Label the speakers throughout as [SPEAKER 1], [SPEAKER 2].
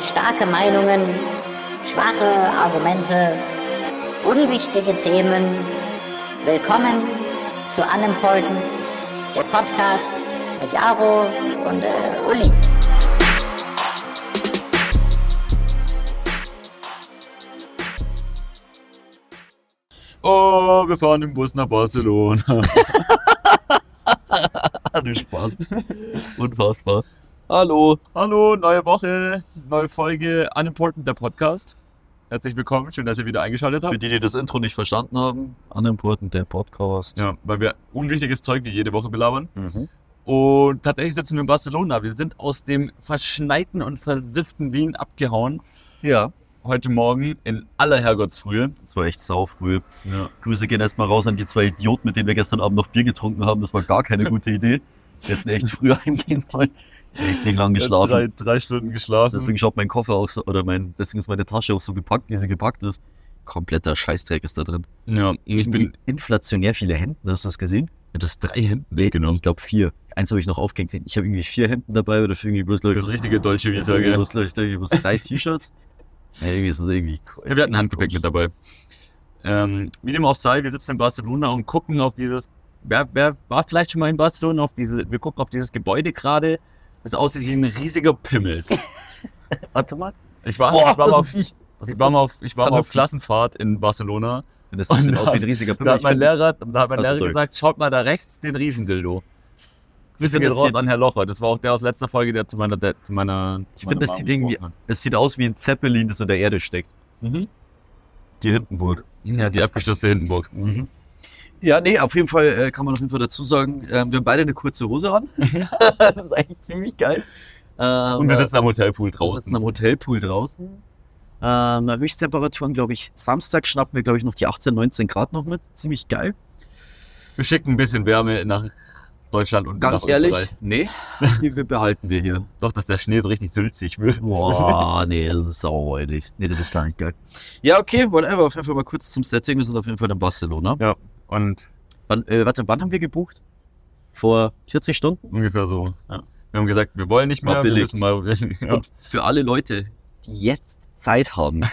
[SPEAKER 1] starke Meinungen, schwache Argumente, unwichtige Themen. Willkommen zu Unimportant, der Podcast mit Jaro und äh, Uli.
[SPEAKER 2] Oh, wir fahren im Bus nach Barcelona.
[SPEAKER 3] Hatte Spaß. Unfassbar. Hallo.
[SPEAKER 2] Hallo, neue Woche, neue Folge Unimportant, der Podcast. Herzlich willkommen, schön, dass ihr wieder eingeschaltet
[SPEAKER 3] Für
[SPEAKER 2] habt.
[SPEAKER 3] die, die das Intro nicht verstanden haben, Unimportant, der Podcast.
[SPEAKER 2] Ja, weil wir unwichtiges Zeug wie jede Woche belabern.
[SPEAKER 3] Mhm.
[SPEAKER 2] Und tatsächlich sitzen wir in Barcelona. Wir sind aus dem verschneiten und versifften Wien abgehauen.
[SPEAKER 3] ja.
[SPEAKER 2] Heute Morgen in aller Herrgottsfrühe. Äh,
[SPEAKER 3] Das war echt saufrüh.
[SPEAKER 2] Ja.
[SPEAKER 3] Grüße gehen erstmal raus an die zwei Idioten, mit denen wir gestern Abend noch Bier getrunken haben. Das war gar keine gute Idee. Wir hätten echt früh eingehen sollen. Echt nicht lang
[SPEAKER 2] Drei,
[SPEAKER 3] geschlafen.
[SPEAKER 2] drei Stunden geschlafen.
[SPEAKER 3] Deswegen schaut mein Koffer auch so, oder mein, deswegen ist meine Tasche auch so gepackt, wie sie gepackt ist. Kompletter Scheißdreck ist da drin.
[SPEAKER 2] ja, und ich bin
[SPEAKER 3] inflationär viele Hemden, hast du das gesehen?
[SPEAKER 2] mit das drei Hemden
[SPEAKER 3] Nee, ich glaube vier. Eins habe ich noch aufgehängt. Ich habe irgendwie vier Hemden dabei oder für irgendwie bloß, glaub ich,
[SPEAKER 2] Das richtige deutsche
[SPEAKER 3] Ich
[SPEAKER 2] Vita,
[SPEAKER 3] habe
[SPEAKER 2] gell?
[SPEAKER 3] bloß, glaub ich, irgendwie bloß drei T-Shirts. Ja, irgendwie ist das irgendwie cool.
[SPEAKER 2] Ja, wir hatten Handgepäck mit dabei. Ähm, wie dem auch sei, wir sitzen in Barcelona und gucken auf dieses. Wer, wer war vielleicht schon mal in Barcelona? Auf diese, wir gucken auf dieses Gebäude gerade. Das aussieht wie ein riesiger Pimmel.
[SPEAKER 3] Warte mal.
[SPEAKER 2] Ich war,
[SPEAKER 3] Boah,
[SPEAKER 2] ich war,
[SPEAKER 3] das
[SPEAKER 2] mal,
[SPEAKER 3] ist
[SPEAKER 2] auf,
[SPEAKER 3] Viech. Was
[SPEAKER 2] ich
[SPEAKER 3] ist
[SPEAKER 2] war
[SPEAKER 3] das?
[SPEAKER 2] mal auf, ich war
[SPEAKER 3] Kann
[SPEAKER 2] mal
[SPEAKER 3] doch
[SPEAKER 2] auf
[SPEAKER 3] viel-
[SPEAKER 2] Klassenfahrt in Barcelona.
[SPEAKER 3] Das sieht
[SPEAKER 2] Und
[SPEAKER 3] aus wie ein
[SPEAKER 2] da-
[SPEAKER 3] riesiger Pimmel.
[SPEAKER 2] Da hat
[SPEAKER 3] Ich
[SPEAKER 2] mein
[SPEAKER 3] find, das-
[SPEAKER 2] Lehrer, da hat mein
[SPEAKER 3] Also
[SPEAKER 2] Lehrer
[SPEAKER 3] verrückt.
[SPEAKER 2] gesagt, schaut mal da rechts, den Riesendildo.
[SPEAKER 3] Ich
[SPEAKER 2] Grüße
[SPEAKER 3] finde,
[SPEAKER 2] geht
[SPEAKER 3] das
[SPEAKER 2] raus
[SPEAKER 3] sieht,
[SPEAKER 2] an Herr Locher. Das war auch der aus letzter Folge, der zu meiner, der, zu meiner
[SPEAKER 3] Ich
[SPEAKER 2] zu
[SPEAKER 3] finde,
[SPEAKER 2] meiner
[SPEAKER 3] das
[SPEAKER 2] Mom
[SPEAKER 3] sieht irgendwie-
[SPEAKER 2] gesprochen
[SPEAKER 3] das sieht aus wie ein Zeppelin, das in der Erde steckt.
[SPEAKER 2] hat. Mhm.
[SPEAKER 3] Die Hindenburg.
[SPEAKER 2] Ja, die abgestürzte Hindenburg.
[SPEAKER 3] Mhm. Ja, nee, auf jeden Fall äh, kann man auf jeden Fall dazu sagen, ähm, wir haben beide eine kurze Hose an. das ist eigentlich ziemlich geil. Ähm,
[SPEAKER 2] Und wir sitzen am Hotelpool
[SPEAKER 3] Wir
[SPEAKER 2] draußen.
[SPEAKER 3] sitzen am Hotelpool draußen. Ähm, Höchsttemperaturen, glaube ich, Samstag schnappen wir, glaube ich, noch die 18, 19 Grad noch mit. Ziemlich geil.
[SPEAKER 2] Wir schicken ein bisschen Wärme nach Deutschland und
[SPEAKER 3] Ganz
[SPEAKER 2] nach
[SPEAKER 3] ehrlich,
[SPEAKER 2] Österreich.
[SPEAKER 3] nee, die wir behalten wir hier.
[SPEAKER 2] Doch, dass der Schnee so richtig sülzig wird.
[SPEAKER 3] Boah, nee, das ist sauerweilig. Nee, das ist gar nicht geil. Ja, okay, whatever. Auf jeden Fall mal kurz zum Setting. Wir sind auf jeden Fall in Barcelona.
[SPEAKER 2] Und
[SPEAKER 3] Wann, äh, warte, wann haben wir gebucht? Vor 40 Stunden?
[SPEAKER 2] ungefähr so.
[SPEAKER 3] Ja.
[SPEAKER 2] Wir haben gesagt, wir wollen nicht
[SPEAKER 3] War
[SPEAKER 2] mehr, wir
[SPEAKER 3] billig.
[SPEAKER 2] müssen mal. Ja.
[SPEAKER 3] Und für alle Leute, die jetzt Zeit haben,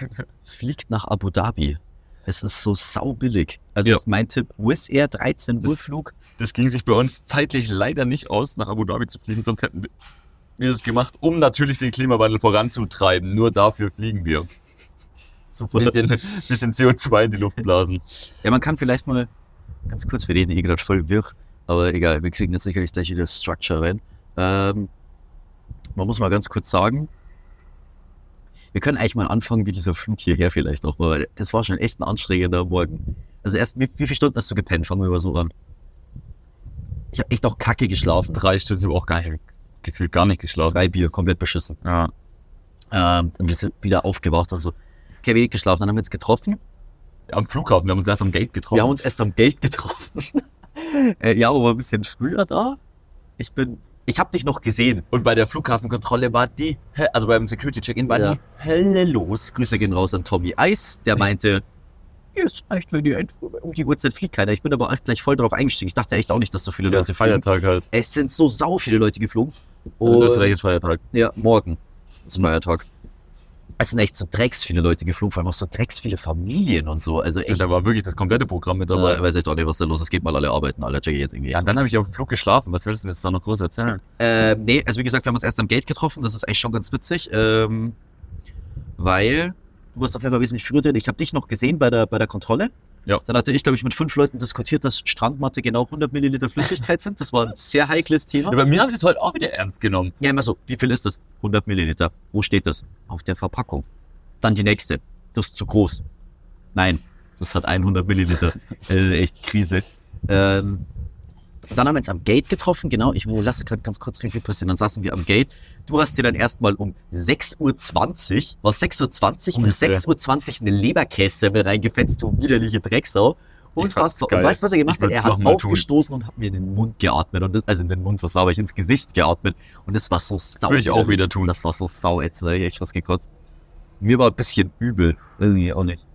[SPEAKER 3] fliegt nach Abu Dhabi. Es ist so saubillig. Also
[SPEAKER 2] Ja.
[SPEAKER 3] ist mein Tipp, US Air 13 Uhr Flug.
[SPEAKER 2] Das ging sich bei uns zeitlich leider nicht aus, nach Abu Dhabi zu fliegen, sonst hätten wir- wir das gemacht, um natürlich den Klimawandel voranzutreiben. Nur dafür fliegen wir.
[SPEAKER 3] Super.
[SPEAKER 2] Bisschen, bisschen CO2 in die Luft blasen.
[SPEAKER 3] Ja, man kann vielleicht mal ganz kurz, wir reden eh gerade voll wirr, aber egal, wir kriegen jetzt sicherlich gleich wieder Structure rein. Ähm, man muss mal ganz kurz sagen, wir können eigentlich mal anfangen, wie dieser Flug hierher vielleicht auch war. weil Das war schon echt ein anstrengender Morgen. Also erst, wie, wie viele Stunden hast du gepennt? Fangen wir mal so an. Ich habe echt auch kacke geschlafen.
[SPEAKER 2] Drei Stunden, ich habe auch gar nicht, gefühlt gar nicht geschlafen.
[SPEAKER 3] Drei Bier, komplett beschissen.
[SPEAKER 2] Ja.
[SPEAKER 3] Ähm, und wir sind wieder aufgewacht und so. Okay, wenig geschlafen. Dann haben wir uns getroffen.
[SPEAKER 2] Am Flughafen, wir haben uns erst am Gate getroffen.
[SPEAKER 3] Wir haben uns erst am Gate getroffen. äh, ja, aber ein bisschen früher da. Ich bin, ich habe dich noch gesehen.
[SPEAKER 2] Und bei der Flughafenkontrolle war die, Hö- also beim Security-Check-In war
[SPEAKER 3] Ja.
[SPEAKER 2] die Hölle los.
[SPEAKER 3] Grüße gehen raus an Tommy Eis, der meinte, ja, es reicht, wenn die End- um die Uhrzeit fliegt keiner. Ich bin aber echt gleich voll drauf eingestiegen. Ich dachte echt auch nicht, dass so viele Leute feiern.
[SPEAKER 2] halt.
[SPEAKER 3] Es sind so sau viele Leute geflogen.
[SPEAKER 2] Also in
[SPEAKER 3] Und-
[SPEAKER 2] Österreich ist Feiertag.
[SPEAKER 3] Ja, morgen ist Feiertag. Es sind echt so drecks viele Leute geflogen, vor allem auch so drecks viele Familien und so. Also
[SPEAKER 2] Ja,
[SPEAKER 3] echt,
[SPEAKER 2] da war wirklich das komplette Programm mit
[SPEAKER 3] äh,
[SPEAKER 2] dabei.
[SPEAKER 3] weiß echt auch nicht, was da los ist. Geht mal alle arbeiten, alle check ich jetzt irgendwie.
[SPEAKER 2] ja, und dann habe ich auf dem Flug geschlafen. Was willst du denn jetzt da noch groß erzählen?
[SPEAKER 3] Ähm, nee, also wie gesagt, wir haben uns erst am Gate getroffen. Das ist eigentlich schon ganz witzig, ähm, weil du warst auf jeden Fall wesentlich früher drin. Ich habe dich noch gesehen bei der, bei der Kontrolle.
[SPEAKER 2] Ja.
[SPEAKER 3] Dann hatte ich, glaube ich, mit fünf Leuten diskutiert, dass Strandmatte genau 100 Milliliter Flüssigkeit sind. Das war ein sehr heikles Thema.
[SPEAKER 2] Ja, bei mir haben sie es heute auch wieder ernst genommen.
[SPEAKER 3] Ja, immer so. Wie viel ist das? 100 Milliliter. Wo steht das? Auf der Verpackung. Dann die nächste. Das ist zu groß. Nein, das hat 100 Milliliter. also echt Krise. Ähm, dann haben wir uns am Gate getroffen. Genau, ich lasse gerade ganz kurz Revue passieren. Dann saßen wir am Gate. Du hast dir dann erstmal um 6.20 Uhr, war es 6.20 Uhr, um
[SPEAKER 2] Ungefähr.
[SPEAKER 3] 6.20 Uhr eine Leberkäse reingefetzt, du widerliche Drecksau. Unfassbar.
[SPEAKER 2] geil.
[SPEAKER 3] Und weißt du, was er gemacht
[SPEAKER 2] Ich
[SPEAKER 3] hat?
[SPEAKER 2] würd's
[SPEAKER 3] Er hat
[SPEAKER 2] noch mal tun.
[SPEAKER 3] aufgestoßen und hat mir in den Mund geatmet. Und das, also in den Mund, was war, aber ich ins Gesicht geatmet. Und das war so sau.
[SPEAKER 2] Würde ich auch wieder
[SPEAKER 3] tun. Das war so sau, jetzt habe ich echt was gekotzt. Mir war ein bisschen übel. Irgendwie auch nicht.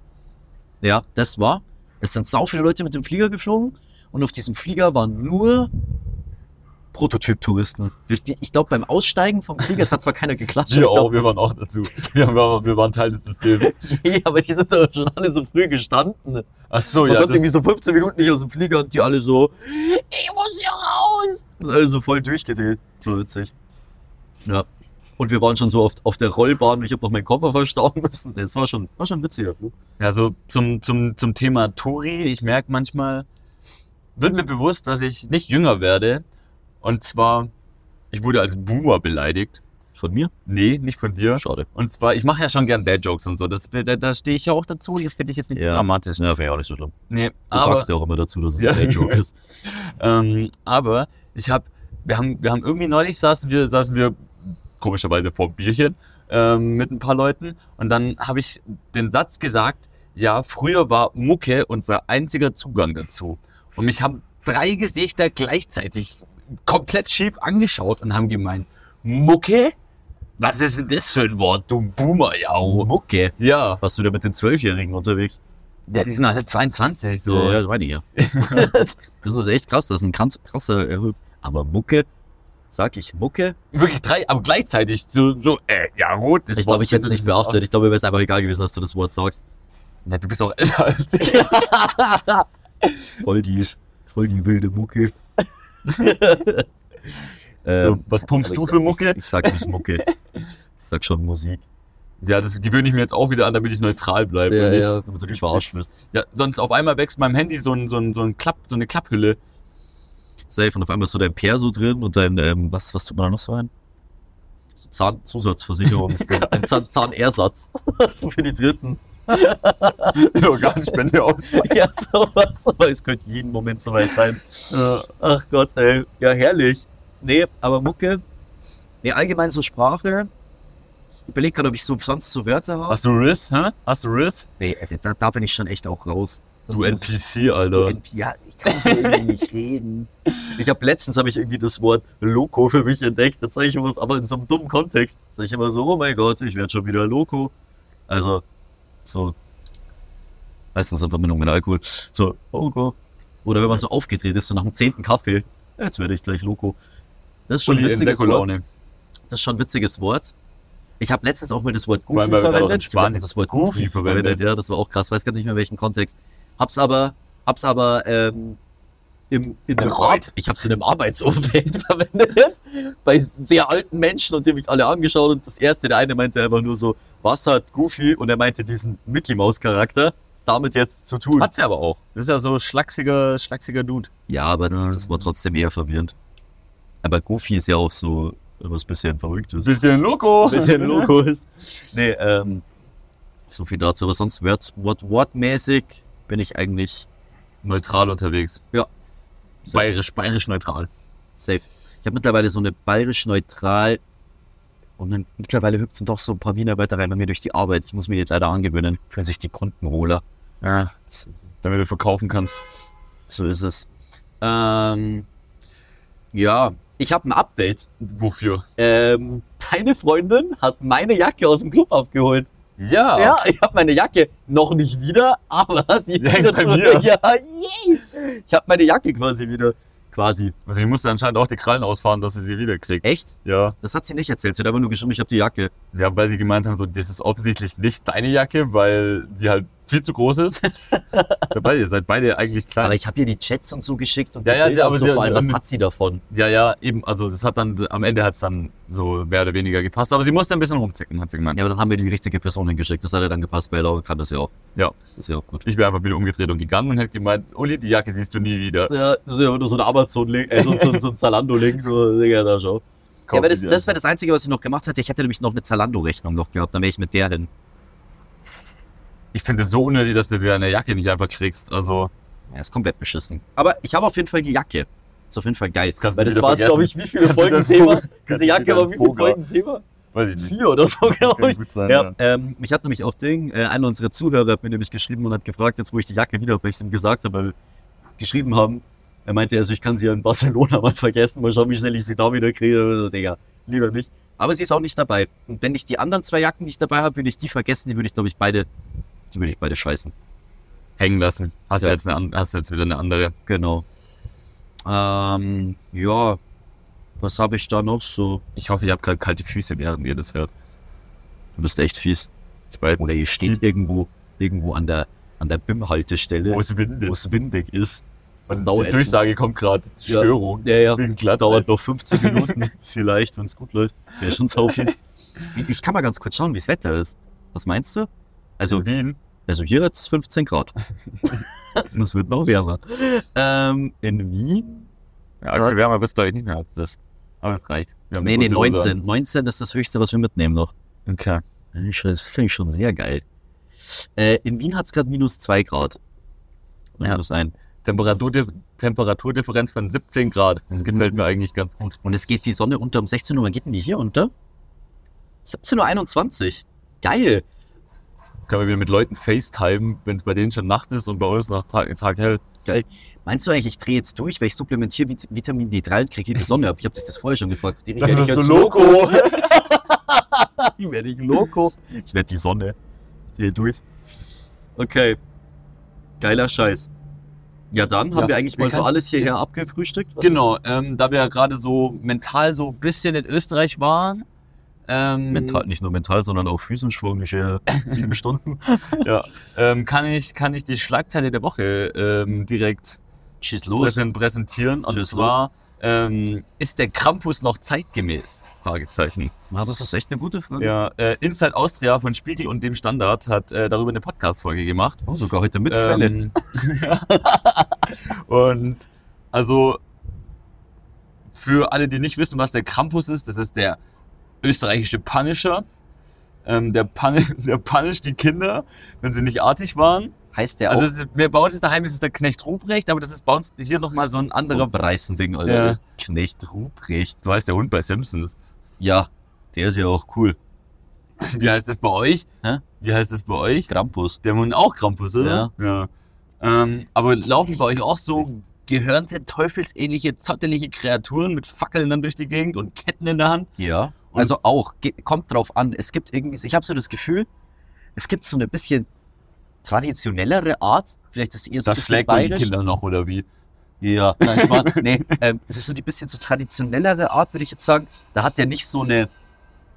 [SPEAKER 3] Ja, das war. Es sind sau viele Leute mit dem Flieger geflogen. Und auf diesem Flieger waren nur Prototyp-Touristen. Ich, ich glaube, beim Aussteigen vom Kriegers hat zwar keiner geklatscht.
[SPEAKER 2] Wir
[SPEAKER 3] aber ich glaub,
[SPEAKER 2] auch, wir waren auch dazu. Wir, haben, wir waren Teil des Systems.
[SPEAKER 3] nee, aber die sind doch schon alle so früh gestanden.
[SPEAKER 2] Ach so,
[SPEAKER 3] Man
[SPEAKER 2] Oh ja.
[SPEAKER 3] konnte
[SPEAKER 2] Das,
[SPEAKER 3] irgendwie so 15 Minuten nicht aus dem Flieger und die alle so, ich muss hier raus. Und alle so voll durchgedreht. So witzig. Ja. Und wir waren schon so oft auf der Rollbahn. Ich habe noch meinen Koffer verstauen müssen. Das war schon, war schon ein witziger Flug.
[SPEAKER 2] ja, so zum, zum, zum Thema Tori. Ich merke manchmal, wird mir bewusst, dass ich nicht jünger werde. Und zwar, ich wurde als Boomer beleidigt.
[SPEAKER 3] Von mir?
[SPEAKER 2] Nee, nicht von dir.
[SPEAKER 3] Schade.
[SPEAKER 2] Und zwar, ich mache ja schon gern Dad-Jokes und so. Das, da, da stehe ich ja auch dazu. Das finde ich jetzt nicht
[SPEAKER 3] Ja.
[SPEAKER 2] so dramatisch.
[SPEAKER 3] Ja, wäre ja auch nicht so schlimm.
[SPEAKER 2] Nee,
[SPEAKER 3] Du
[SPEAKER 2] aber,
[SPEAKER 3] sagst ja auch immer dazu, dass es
[SPEAKER 2] Ja.
[SPEAKER 3] ein Dad-Joke ist.
[SPEAKER 2] ähm, aber ich habe, wir haben, wir haben irgendwie neulich saßen wir, saßen wir komischerweise vor Bierchen ähm, mit ein paar Leuten und dann habe ich den Satz gesagt, ja, früher war Mucke unser einziger Zugang dazu. Und mich haben drei Gesichter gleichzeitig komplett schief angeschaut und haben gemeint, Mucke? Was ist denn das für ein Wort, du Boomer-Jau?
[SPEAKER 3] Mucke.
[SPEAKER 2] Ja.
[SPEAKER 3] Warst du da mit den Zwölfjährigen unterwegs?
[SPEAKER 2] Ja, die sind alle 22, so.
[SPEAKER 3] Ja, ja, meine ich ja. das ist echt krass. Das ist ein ganz krasser Erhöhung. Aber Mucke, sag ich Mucke?
[SPEAKER 2] Wirklich drei, aber gleichzeitig so, so äh, ja, rot. das
[SPEAKER 3] Ich glaube, ich hätte es
[SPEAKER 2] Wort-
[SPEAKER 3] nicht beachtet. Ich glaube, mir wäre es einfach egal gewesen, dass du das Wort sagst.
[SPEAKER 2] Ja, du bist auch älter als ich.
[SPEAKER 3] Voll die, voll die wilde Mucke. Ähm,
[SPEAKER 2] So, Ähm, was pumpst du für Mucke?
[SPEAKER 3] Ich, ich sag nicht Mucke. Ich sag schon Musik.
[SPEAKER 2] Ja, das gewöhne ich mir jetzt auch wieder an, damit ich neutral bleibe. und nicht-
[SPEAKER 3] Damit du nicht verarscht wirst.
[SPEAKER 2] ja. Sonst auf einmal wächst meinem Handy so, ein, so, ein, so, ein Klapp, so eine Klapphülle.
[SPEAKER 3] Safe. Und auf einmal ist so dein Perso drin und dein, ähm, was, was tut man da noch so rein? So Zahnzusatzversicherung ist drin. Dein Zahn, Zahnersatz. so für die Dritten.
[SPEAKER 2] Organspende aus.
[SPEAKER 3] Ja, sowas. Aber es könnte jeden Moment soweit sein. Ach Gott, ey. Ja, herrlich. Nee, aber Mucke. Nee, allgemein so Sprache. Ich überlege gerade, ob ich so sonst so Wörter habe.
[SPEAKER 2] Hast du Riss, hä? Hast du Riss?
[SPEAKER 3] Nee, also da, da bin ich schon echt auch raus. Das
[SPEAKER 2] Du
[SPEAKER 3] ist-
[SPEAKER 2] NPC,
[SPEAKER 3] Du
[SPEAKER 2] Alter.
[SPEAKER 3] NP ja, ich kann so irgendwie nicht reden. Ich habe letztens habe ich irgendwie das Wort Loco für mich entdeckt. Jetzt sage ich immer was, aber in so einem dummen Kontext. Sage ich immer so, oh mein Gott, ich werde schon wieder Loco. Also, so. Meistens in Verbindung mit Alkohol. So, Loco. Oder wenn man so aufgedreht ist, so nach dem zehnten Kaffee. Jetzt werde ich gleich Loco. Das ist schon ein
[SPEAKER 2] Uli in
[SPEAKER 3] witziges Wort.
[SPEAKER 2] Säckolaune.
[SPEAKER 3] Das ist schon ein witziges Wort. Ich habe letztens auch mal das Wort
[SPEAKER 2] Vor
[SPEAKER 3] Goofy
[SPEAKER 2] allem, weil wir gerade auch in
[SPEAKER 3] verwendet. Ich hab
[SPEAKER 2] Spanien
[SPEAKER 3] letztens das Wort
[SPEAKER 2] Goofy
[SPEAKER 3] Goofy verwendet.
[SPEAKER 2] verwendet.
[SPEAKER 3] Ja, das war auch krass. Weiß gar nicht mehr, welchen Kontext. Hab's aber, hab's aber ähm, im, in einem
[SPEAKER 2] Bereut.
[SPEAKER 3] Ar- ich hab's in einem Arbeitsumfeld verwendet. Bei sehr alten Menschen und die haben mich alle angeschaut. Und das erste, der eine meinte einfach nur so, was hat Goofy? Und er meinte diesen Mickey Maus Charakter damit jetzt zu tun.
[SPEAKER 2] Hat's ja aber auch. Das ist ja so schlachsiger, schlachsiger Dude.
[SPEAKER 3] Ja, aber das war trotzdem eher verwirrend. Aber Goofy ist ja auch so was bisschen verrücktes.
[SPEAKER 2] Bisschen Loco.
[SPEAKER 3] bisschen Logo ist. Nee, ähm, so viel dazu. Aber sonst wort, wort, wortmäßig bin ich eigentlich
[SPEAKER 2] Neutral unterwegs.
[SPEAKER 3] Ja.
[SPEAKER 2] Bayerisch, bayerisch neutral.
[SPEAKER 3] safe. Ich habe mittlerweile so eine bayerisch-neutral und dann mittlerweile hüpfen doch so ein paar Wiener Wörter rein bei mir durch die Arbeit. Ich muss mir jetzt leider angewöhnen, für sich die Kunden hole.
[SPEAKER 2] Ja. Damit du verkaufen kannst.
[SPEAKER 3] So ist es. Ähm, ja, ich habe ein Update.
[SPEAKER 2] Wofür?
[SPEAKER 3] Ähm, deine Freundin hat meine Jacke aus dem Club abgeholt.
[SPEAKER 2] Ja.
[SPEAKER 3] Ja, ich habe meine Jacke noch nicht wieder, aber sie ist
[SPEAKER 2] Hängt
[SPEAKER 3] wieder
[SPEAKER 2] bei
[SPEAKER 3] zurück.
[SPEAKER 2] mir.
[SPEAKER 3] Ja, yay. Ich habe meine Jacke quasi wieder. Quasi.
[SPEAKER 2] Also ich musste anscheinend auch die Krallen ausfahren, dass sie sie wiederkriegt.
[SPEAKER 3] Echt?
[SPEAKER 2] Ja.
[SPEAKER 3] Das hat sie nicht erzählt. Sie hat einfach nur geschrieben, ich habe die Jacke.
[SPEAKER 2] Ja, weil sie gemeint haben, so, das ist offensichtlich nicht deine Jacke, weil sie halt viel zu groß ist. Dabei, ihr seid beide eigentlich
[SPEAKER 3] Aber
[SPEAKER 2] klein.
[SPEAKER 3] ich habe ihr die Chats und so geschickt und
[SPEAKER 2] Ja,
[SPEAKER 3] die
[SPEAKER 2] ja,
[SPEAKER 3] Bilder
[SPEAKER 2] ja,
[SPEAKER 3] und
[SPEAKER 2] aber
[SPEAKER 3] so
[SPEAKER 2] sie-
[SPEAKER 3] vor allem, was
[SPEAKER 2] ähm,
[SPEAKER 3] hat sie davon?
[SPEAKER 2] Ja, ja, eben. Also das hat dann, am Ende hat es dann so mehr oder weniger gepasst. Aber sie musste ein bisschen rumzicken, hat sie gemeint.
[SPEAKER 3] Ja, aber dann haben wir die richtige Person hingeschickt. Das hat ja dann gepasst, weil Laura kann das ja auch.
[SPEAKER 2] Ja.
[SPEAKER 3] Das ist ja auch gut.
[SPEAKER 2] Ich wäre einfach wieder umgedreht und gegangen und hätte gemeint, Uli, die Jacke siehst du nie wieder.
[SPEAKER 3] Ja, das ist ja nur so ein Amazon-Link, äh, so, so, so ein Zalando-Link, so, Digga, da schau. Ja,
[SPEAKER 2] Kauf
[SPEAKER 3] aber
[SPEAKER 2] sie
[SPEAKER 3] das,
[SPEAKER 2] dir
[SPEAKER 3] das
[SPEAKER 2] einfach.
[SPEAKER 3] wäre das Einzige, was ich noch gemacht hätte. Ich hätte nämlich noch eine Zalando-Rechnung noch gehabt, dann wäre ich mit der hin.
[SPEAKER 2] ich finde es so unnötig, dass du dir deine Jacke nicht einfach kriegst. Also,
[SPEAKER 3] Ja, ist komplett beschissen. Aber ich habe auf jeden Fall die Jacke. Ist auf jeden Fall geil.
[SPEAKER 2] kannst
[SPEAKER 3] Weil
[SPEAKER 2] du
[SPEAKER 3] das
[SPEAKER 2] wieder
[SPEAKER 3] war jetzt, glaube ich, wie viele
[SPEAKER 2] Kannst du
[SPEAKER 3] Folgen
[SPEAKER 2] wieder
[SPEAKER 3] Thema?
[SPEAKER 2] Vogel- kannst
[SPEAKER 3] Diese
[SPEAKER 2] du
[SPEAKER 3] Jacke
[SPEAKER 2] wieder
[SPEAKER 3] war wie viele
[SPEAKER 2] Vogel-
[SPEAKER 3] Folgen Thema?
[SPEAKER 2] weiß ich nicht.
[SPEAKER 3] Vier oder so, glaube
[SPEAKER 2] Kann
[SPEAKER 3] ich.
[SPEAKER 2] gut sein,
[SPEAKER 3] Ja, ähm, mich hat nämlich auch Ding, äh, einer unserer Zuhörer hat mir nämlich geschrieben und hat gefragt, jetzt wo ich die Jacke wieder, weil ich es ihm gesagt habe, weil wir geschrieben haben. Er meinte, also ich kann sie ja in Barcelona mal vergessen, mal schauen, wie schnell ich sie da wieder kriege. Also, Digga, lieber nicht. Aber sie ist auch nicht dabei. Und wenn ich die anderen zwei Jacken, die ich dabei habe, würde ich die vergessen, die würde ich, glaube ich, beide, die würde ich beide scheißen.
[SPEAKER 2] hängen lassen. Hast
[SPEAKER 3] Ja.
[SPEAKER 2] du jetzt, eine, an- hast du jetzt wieder eine andere.
[SPEAKER 3] Genau. Ähm, Genau. ja, Was habe ich da noch so?
[SPEAKER 2] Ich hoffe, ihr habt gerade kalte Füße, während ihr das hört.
[SPEAKER 3] Du bist echt fies.
[SPEAKER 2] Ich weiß,
[SPEAKER 3] Oder ihr steht irgendwo, irgendwo an der, an der BIM-Haltestelle,
[SPEAKER 2] wo es
[SPEAKER 3] wo
[SPEAKER 2] windet.
[SPEAKER 3] es windig ist. Das ist
[SPEAKER 2] Und
[SPEAKER 3] sau
[SPEAKER 2] die
[SPEAKER 3] ätzend.
[SPEAKER 2] Durchsage kommt gerade.
[SPEAKER 3] Ja.
[SPEAKER 2] Störung.
[SPEAKER 3] Ja, ja.
[SPEAKER 2] Wegen glatt dauert
[SPEAKER 3] Dauert noch 15 Minuten vielleicht, wenn es gut läuft. Wäre schon sau fies. Ich- Ich kann mal ganz kurz schauen, wie das Wetter ist. Was meinst du? Also,
[SPEAKER 2] Wien.
[SPEAKER 3] also hier hat es 15 Grad. Und es wird noch wärmer. Ähm, in Wien?
[SPEAKER 2] Ja, okay, wir haben aber bis dahin nicht mehr als das. Aber es reicht. Wir haben
[SPEAKER 3] Nee,
[SPEAKER 2] eine
[SPEAKER 3] nee,
[SPEAKER 2] kurze Hose
[SPEAKER 3] 19. 19 ist das höchste, was wir mitnehmen noch.
[SPEAKER 2] an. Okay.
[SPEAKER 3] Das ist schon- das finde ich schon sehr geil. Äh, in Wien hat es gerade minus 2 Grad.
[SPEAKER 2] Ja.
[SPEAKER 3] Minus ein.
[SPEAKER 2] Temperaturdif Temperaturdifferenz von 17 Grad. Das gefällt mir eigentlich ganz gut.
[SPEAKER 3] Und es geht die Sonne unter um 16 Uhr. Wann geht denn die hier unter? 17.21 Uhr. Geil.
[SPEAKER 2] Können wir wieder mit Leuten FaceTime, wenn es bei denen schon Nacht ist und bei uns noch Tag, Tag hell.
[SPEAKER 3] Meinst du eigentlich, ich drehe jetzt durch, weil ich supplementiere Vit- Vitamin D3 und kriege die Sonne ab? Ich habe dich das vorher schon gefragt. Die werde ich jetzt
[SPEAKER 2] Loco.
[SPEAKER 3] Ich werde ich Loco. Ich werde die Sonne. Ich drehe durch. Okay. Geiler Scheiß. Ja, dann haben
[SPEAKER 2] Ja,
[SPEAKER 3] wir eigentlich
[SPEAKER 2] wir
[SPEAKER 3] mal so
[SPEAKER 2] können-
[SPEAKER 3] alles hierher abgefrühstückt. Was
[SPEAKER 2] Genau, ähm, da wir ja gerade so mental so ein bisschen in Österreich waren. Ähm,
[SPEAKER 3] Mental, nicht nur mental, sondern auch physisch vorgesche sieben Stunden.
[SPEAKER 2] Ähm, kann, ich, kann ich die Schlagzeile der Woche ähm, direkt
[SPEAKER 3] Schieß
[SPEAKER 2] präsen präsentieren. Und
[SPEAKER 3] Tschüss,
[SPEAKER 2] zwar ähm, ist der Krampus noch zeitgemäß? Fragezeichen.
[SPEAKER 3] Na, das ist echt eine gute Frage.
[SPEAKER 2] Ja, äh, Inside Austria von Spiegel und dem Standard hat äh, darüber eine Podcast-Folge gemacht.
[SPEAKER 3] Oh, sogar heute mit Quelle.
[SPEAKER 2] Ähm, und also für alle, die nicht wissen, was der Krampus ist, das ist der österreichische Punisher. Ähm, der, Pun der punisht die Kinder, wenn sie nicht artig waren.
[SPEAKER 3] Heißt der
[SPEAKER 2] Also
[SPEAKER 3] auch
[SPEAKER 2] es ist, mehr bei uns ist daheim ist es der Knecht Ruprecht, aber das ist bei uns hier nochmal so ein
[SPEAKER 3] andere
[SPEAKER 2] anderer.
[SPEAKER 3] Preisending, Alter.
[SPEAKER 2] Ja.
[SPEAKER 3] Knecht Ruprecht.
[SPEAKER 2] Du heißt der Hund bei Simpsons.
[SPEAKER 3] Ja, der ist ja auch cool.
[SPEAKER 2] Wie heißt das bei euch?
[SPEAKER 3] Hä?
[SPEAKER 2] Wie heißt das bei euch?
[SPEAKER 3] Krampus.
[SPEAKER 2] Der Mund auch Krampus, oder? Ja. Ähm, aber laufen bei euch auch so gehörnte, teufelsähnliche, zottelige Kreaturen mit Fackeln dann durch die Gegend und Ketten in der Hand?
[SPEAKER 3] Ja.
[SPEAKER 2] Und-
[SPEAKER 3] Also auch, ge- kommt drauf an. Es gibt irgendwie, ich habe so das Gefühl, es gibt so eine bisschen traditionellere Art. Vielleicht ist es eher so ein bisschen
[SPEAKER 2] man die
[SPEAKER 3] bayerisch.
[SPEAKER 2] Kinder noch, oder wie?
[SPEAKER 3] Ja, nein, ich war, nee, ähm, es ist so die bisschen so traditionellere Art, würde ich jetzt sagen. Da hat der nicht so eine,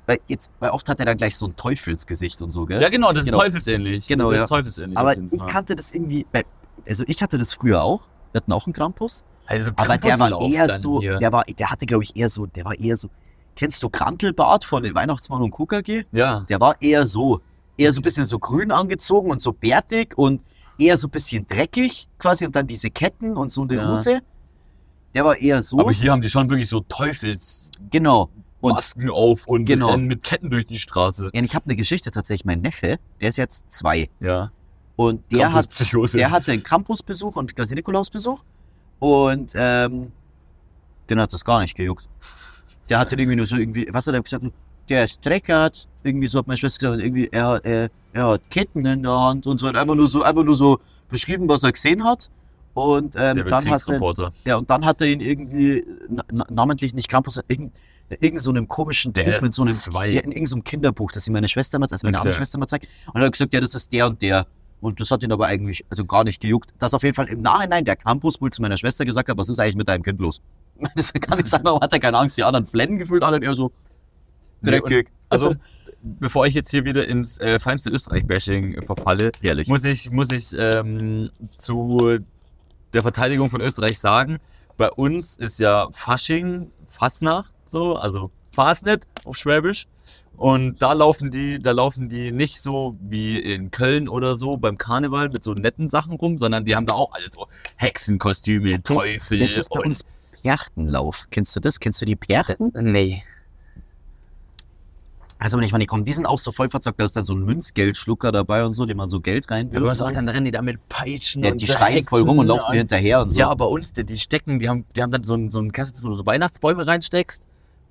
[SPEAKER 3] weil jetzt, weil oft hat er dann gleich so ein Teufelsgesicht und so, gell?
[SPEAKER 2] Ja, genau, das
[SPEAKER 3] Genau.
[SPEAKER 2] ist teufelsähnlich.
[SPEAKER 3] Genau,
[SPEAKER 2] das
[SPEAKER 3] ja.
[SPEAKER 2] ist teufelsähnlich.
[SPEAKER 3] aber
[SPEAKER 2] auf jeden
[SPEAKER 3] ich
[SPEAKER 2] Fall.
[SPEAKER 3] kannte das irgendwie, bei- also ich hatte das früher auch. Wir hatten auch einen Krampus,
[SPEAKER 2] also
[SPEAKER 3] aber der war
[SPEAKER 2] Krampuslauf
[SPEAKER 3] eher
[SPEAKER 2] dann
[SPEAKER 3] so,
[SPEAKER 2] hier.
[SPEAKER 3] der war, der hatte glaube ich eher so, der war eher so. Kennst du Krantelbart von den Weihnachtsmann und KKG?
[SPEAKER 2] Ja.
[SPEAKER 3] Der war eher so, eher so ein bisschen so grün angezogen und so bärtig und eher so ein bisschen dreckig quasi und dann diese Ketten und so eine
[SPEAKER 2] Ja.
[SPEAKER 3] Rute. Der war eher so.
[SPEAKER 2] Aber hier haben die schon wirklich so Teufelsmasken
[SPEAKER 3] Genau. Und
[SPEAKER 2] auf und
[SPEAKER 3] Genau.
[SPEAKER 2] rennen mit Ketten durch die Straße.
[SPEAKER 3] ja, ich habe eine Geschichte tatsächlich. Mein Neffe, der ist jetzt zwei.
[SPEAKER 2] Ja.
[SPEAKER 3] Und der, hat,
[SPEAKER 2] Krampuspsychose.
[SPEAKER 3] der hatte einen Campusbesuch und quasi Nikolausbesuch. Und ähm, den hat das gar nicht gejuckt. Der hatte irgendwie nur so irgendwie, was hat er gesagt? Der ist dreckert. Irgendwie so hat meine Schwester gesagt, und irgendwie, er, er, er hat Ketten in der Hand und so. Und einfach nur so, einfach nur so beschrieben, was er gesehen hat. Und
[SPEAKER 2] der
[SPEAKER 3] ähm,
[SPEAKER 2] wird
[SPEAKER 3] dann hat er,
[SPEAKER 2] Kriegsreporter.
[SPEAKER 3] Ja, und dann hat er ihn irgendwie äh, na, na, namentlich nicht Krampus, äh, irgend, irgend so einem komischen
[SPEAKER 2] Der
[SPEAKER 3] Typ
[SPEAKER 2] ist
[SPEAKER 3] mit so einem
[SPEAKER 2] zwei.
[SPEAKER 3] Ja, in irgendeinem Kinderbuch, das ihm meine Schwester mal, also meine
[SPEAKER 2] Okay.
[SPEAKER 3] andere Schwester mal zeigt. Und er hat gesagt, ja, das ist der und der. Und das hat ihn aber eigentlich also gar nicht gejuckt. Dass auf jeden Fall im Nachhinein der Krampus wohl zu meiner Schwester gesagt hat, was ist eigentlich mit deinem Kind los? Das kann ich sagen, warum hat er keine Angst? Die anderen flennen gefühlt, alle und er so
[SPEAKER 2] Nee, und-
[SPEAKER 3] dreckig.
[SPEAKER 2] Also, bevor ich jetzt hier wieder ins äh, feinste Österreich-Bashing verfalle,
[SPEAKER 3] Ehrlich.
[SPEAKER 2] muss ich, muss ich ähm, zu der Verteidigung von Österreich sagen, bei uns ist ja Fasching, Fasnacht, so, also Fasnet auf Schwäbisch. Und da laufen die, da laufen die nicht so wie in Köln oder so beim Karneval mit so netten Sachen rum, sondern die haben da auch alle so Hexenkostüme, Teufel.
[SPEAKER 3] Das, das ist bei
[SPEAKER 2] und- Äh,
[SPEAKER 3] uns Perchtenlauf. Kennst du das? Kennst du die Perchten?
[SPEAKER 4] Nee.
[SPEAKER 3] Also wenn ich mal nicht komme, die sind auch so voll verzockt, da ist dann so ein Münzgeldschlucker dabei und so, dem man so Geld
[SPEAKER 2] Ja, bei uns
[SPEAKER 3] reinwirft.
[SPEAKER 2] auch, dann rennen die da mit Peitschen
[SPEAKER 3] Ja,
[SPEAKER 2] und
[SPEAKER 3] die schreien voll
[SPEAKER 2] Hexen
[SPEAKER 3] rum und laufen mir hinterher und so.
[SPEAKER 2] Ja, bei uns, die, die stecken, die haben, die haben dann so ein, so ein kannst du so- so Weihnachtsbäume reinsteckst.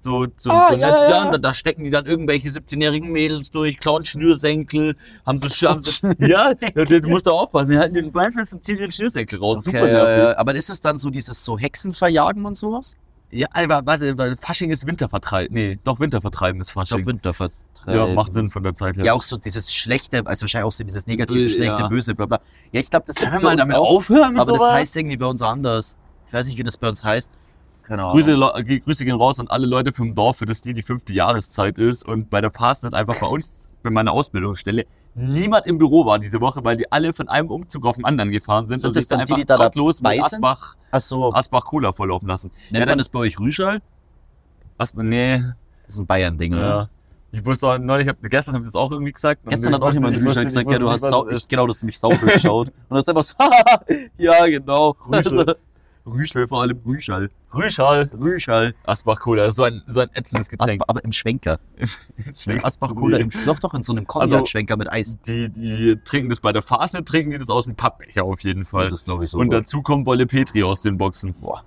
[SPEAKER 2] So, so,
[SPEAKER 4] Ah,
[SPEAKER 2] so
[SPEAKER 4] ja,
[SPEAKER 2] Netz-
[SPEAKER 4] ja,
[SPEAKER 2] und
[SPEAKER 4] ja.
[SPEAKER 2] da, da stecken die dann irgendwelche 17-jährigen Mädels durch, klauen Schnürsenkel, haben so, Sch- haben so ja, ja, du musst da aufpassen, die halten den Bein fest und ziehen den Schnürsenkel raus.
[SPEAKER 3] okay,
[SPEAKER 2] Super
[SPEAKER 3] ja,
[SPEAKER 2] nervig.
[SPEAKER 3] ja. Aber ist es dann so dieses so Hexenverjagen und sowas?
[SPEAKER 2] Ja, aber warte, weil Fasching ist Wintervertreib. Nee, doch Wintervertreiben ist Fasching. ja,
[SPEAKER 3] Wintervertreib.
[SPEAKER 2] macht Sinn von der Zeit her.
[SPEAKER 3] Ja, auch so dieses schlechte, also wahrscheinlich auch so dieses negative,
[SPEAKER 2] Bö-
[SPEAKER 3] schlechte,
[SPEAKER 2] ja.
[SPEAKER 3] böse, bla bla. Ja, ich glaube, das gibt's
[SPEAKER 2] Können wir
[SPEAKER 3] bei
[SPEAKER 2] mal
[SPEAKER 3] uns
[SPEAKER 2] damit
[SPEAKER 3] auch,
[SPEAKER 2] aufhören mit
[SPEAKER 3] aber das
[SPEAKER 2] sowas?
[SPEAKER 3] heißt irgendwie bei uns anders. Ich weiß nicht, wie das bei uns heißt. Keine Ahnung.
[SPEAKER 2] Grüße, lo- äh, Grüße gehen raus an alle Leute vom Dorf, für das die die fünfte Jahreszeit ist und bei der Fastnet einfach bei uns, bei meiner Ausbildungsstelle, niemand im Büro war diese Woche, weil die alle von einem Umzug auf den anderen gefahren sind
[SPEAKER 3] Sind
[SPEAKER 2] und
[SPEAKER 3] das
[SPEAKER 2] sich da
[SPEAKER 3] dann die,
[SPEAKER 2] einfach
[SPEAKER 3] die da
[SPEAKER 2] gottlos mit
[SPEAKER 3] dabei sind?
[SPEAKER 2] Asbach,
[SPEAKER 3] Ach so,
[SPEAKER 2] Asbach Cola volllaufen lassen.
[SPEAKER 3] nennt
[SPEAKER 2] ja,
[SPEAKER 3] man
[SPEAKER 2] dann-
[SPEAKER 3] das bei euch Rüschal?
[SPEAKER 2] Was, nee,
[SPEAKER 3] Das ist ein Bayern-Ding, oder?
[SPEAKER 2] ja. Ich wusste auch neulich, hab, gestern habe ich das auch irgendwie gesagt. und
[SPEAKER 3] Gestern
[SPEAKER 2] ich
[SPEAKER 3] hat auch
[SPEAKER 2] wusste-
[SPEAKER 3] jemand
[SPEAKER 2] ich wusste
[SPEAKER 3] Rüschal
[SPEAKER 2] nicht,
[SPEAKER 3] gesagt,
[SPEAKER 2] ich
[SPEAKER 3] ja, du
[SPEAKER 2] wusste
[SPEAKER 3] hast
[SPEAKER 2] nicht,
[SPEAKER 3] sau,
[SPEAKER 2] was es ist.
[SPEAKER 3] ich, genau, du hast mich sau geschaut. Und das ist einfach so, ja, genau.
[SPEAKER 2] Rüschel.
[SPEAKER 3] Rüschel, vor allem Rüschal.
[SPEAKER 2] Rüschal.
[SPEAKER 3] Rüschal.
[SPEAKER 2] Asbach Cola, so ein, so ein ätzendes Getränk.
[SPEAKER 3] Asbach, aber im Schwenker. Im Asbach Cola, im, doch, doch, in so einem
[SPEAKER 2] Also-
[SPEAKER 3] Cognac-Schwenker mit Eis.
[SPEAKER 2] Die, die trinken das bei der Fastnet, trinken die das aus dem Pappbecher auf jeden Fall.
[SPEAKER 3] Das glaube ich so.
[SPEAKER 2] Und dazu kommt Wolle Petri aus den Boxen.
[SPEAKER 3] Boah.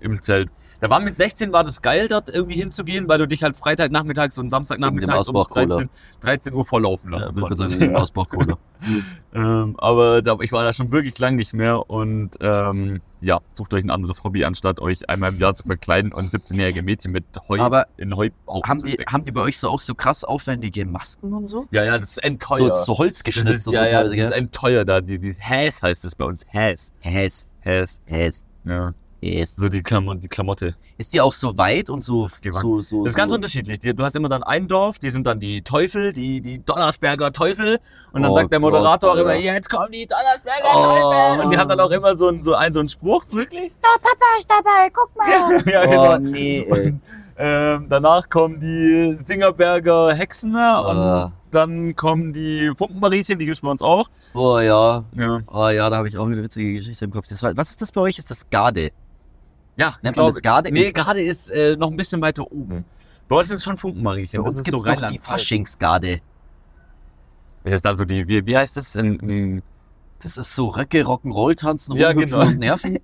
[SPEAKER 2] Im Zelt. Da war mit 16 war das geil, dort irgendwie hinzugehen, weil du dich halt Freitagnachmittags und Samstagnachmittags um
[SPEAKER 3] Wegen dem Asbach-Cola.
[SPEAKER 2] 13, 13 Uhr volllaufen
[SPEAKER 3] ja,
[SPEAKER 2] lassen
[SPEAKER 3] würde ich
[SPEAKER 2] konntest.
[SPEAKER 3] sagen, im Asbach Cola.
[SPEAKER 2] ähm, aber da, ich war da schon wirklich lang nicht mehr und ähm, ja, sucht euch ein anderes Hobby, anstatt euch einmal im Jahr zu verkleiden und 17-jährige Mädchen mit Heu
[SPEAKER 3] Aber
[SPEAKER 2] in Heu
[SPEAKER 3] haben, die, haben die bei euch so auch so krass aufwendige Masken und so?
[SPEAKER 2] Ja, ja, das ist ein
[SPEAKER 3] So,
[SPEAKER 2] teuer.
[SPEAKER 3] so Holz
[SPEAKER 2] das
[SPEAKER 3] geschnitzt
[SPEAKER 2] ist,
[SPEAKER 3] und
[SPEAKER 2] ja,
[SPEAKER 3] so
[SPEAKER 2] ja, das
[SPEAKER 3] teilweise,
[SPEAKER 2] ist
[SPEAKER 3] gell?
[SPEAKER 2] ein teuer da. Die, die Häs heißt das bei uns. Häs.
[SPEAKER 3] Häs,
[SPEAKER 2] Häs.
[SPEAKER 3] häs,
[SPEAKER 2] Ja.
[SPEAKER 3] häs.
[SPEAKER 2] So die, Klam die Klamotte.
[SPEAKER 3] Ist die auch so weit und so,
[SPEAKER 2] Die waren-
[SPEAKER 3] so, so,
[SPEAKER 2] Das ist ganz
[SPEAKER 3] so
[SPEAKER 2] unterschiedlich. Die- Du hast immer dann ein Dorf, die sind dann die Teufel, die, die Donnersberger Teufel. Und dann
[SPEAKER 3] Oh
[SPEAKER 2] sagt der
[SPEAKER 3] Gott,
[SPEAKER 2] Moderator
[SPEAKER 3] Alter.
[SPEAKER 2] immer, jetzt kommen die Donnersberger
[SPEAKER 3] Oh.
[SPEAKER 2] Teufel. Und die haben dann auch immer so einen, so einen, so einen Spruch, wirklich.
[SPEAKER 4] dabei, guck mal.
[SPEAKER 2] ja, genau.
[SPEAKER 3] Oh nee, ey.
[SPEAKER 2] Und, ähm, danach kommen die Singerberger Hexen ne?
[SPEAKER 3] Ah.
[SPEAKER 2] und dann kommen die Funkenmariechen, die gibt's bei uns auch.
[SPEAKER 3] Oh ja.
[SPEAKER 2] Ja,
[SPEAKER 3] Oh ja, da habe ich auch eine witzige Geschichte im Kopf. Das war, was ist das bei euch? Ist das Garde?
[SPEAKER 2] ja
[SPEAKER 3] Nennt man
[SPEAKER 2] glaub-
[SPEAKER 3] das Garde?
[SPEAKER 2] Nee, gerade ist äh, noch ein bisschen weiter oben. Bei uns ist schon Funkenmariechen.
[SPEAKER 3] Bei uns gibt es
[SPEAKER 2] so
[SPEAKER 3] noch die Faschingsgarde.
[SPEAKER 2] Das ist also die, wie, wie heißt das? Ein, ein
[SPEAKER 3] Das ist so Röcke, Rock'n'Roll tanzen,
[SPEAKER 2] Ja,
[SPEAKER 3] rumhüpfen
[SPEAKER 2] genau.
[SPEAKER 3] und nerven.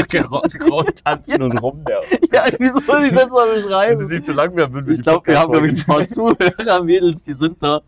[SPEAKER 2] Rock'n'Roll tanzen und rumwerfen.
[SPEAKER 3] ja, wieso soll ich das mal
[SPEAKER 2] Wenn es nicht zu lang werden, würden wir
[SPEAKER 3] Ich glaube, wir haben, glaube ich, ein
[SPEAKER 2] Podcast-Folge-
[SPEAKER 3] paar Zuhörer, Mädels, die sind da.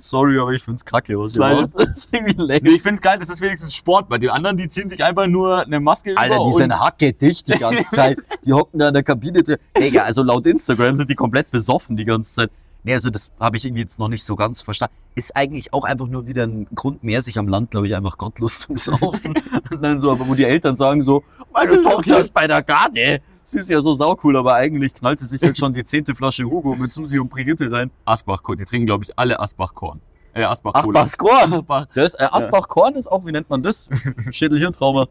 [SPEAKER 3] Sorry, aber ich find's kacke, was ihr
[SPEAKER 2] Leider.
[SPEAKER 3] macht. Das ist irgendwie
[SPEAKER 2] Nee,
[SPEAKER 3] lächerlich.
[SPEAKER 2] ich finde geil, das ist wenigstens Sport. Bei den anderen, die ziehen sich einfach nur eine Maske
[SPEAKER 3] Alter,
[SPEAKER 2] über
[SPEAKER 3] die
[SPEAKER 2] und-
[SPEAKER 3] sind hacke dicht die ganze Zeit. Die hocken da in der Kabine drin. Digga, also laut Instagram sind die komplett besoffen die ganze Zeit. Nee, also das habe ich irgendwie jetzt noch nicht so ganz verstanden. Ist eigentlich auch einfach nur wieder ein Grund mehr, sich am Land, glaube ich, einfach gottlos zu besaufen. Und dann so, aber wo die Eltern sagen so, meine Tochter ist bei der Garde. Sie ist ja so saucool, aber eigentlich knallt sie sich jetzt schon die zehnte Flasche Hugo mit Susi und Brigitte rein.
[SPEAKER 2] Asbach-Korn. Die trinken, glaube ich, alle Asbach-Korn. Äh,
[SPEAKER 3] Ach,
[SPEAKER 2] Asbach-Cola.
[SPEAKER 3] Baskorn.
[SPEAKER 2] Asbach.
[SPEAKER 3] Das äh, Asbach-Korn ist auch, wie nennt man das? Schädelhirntrauma.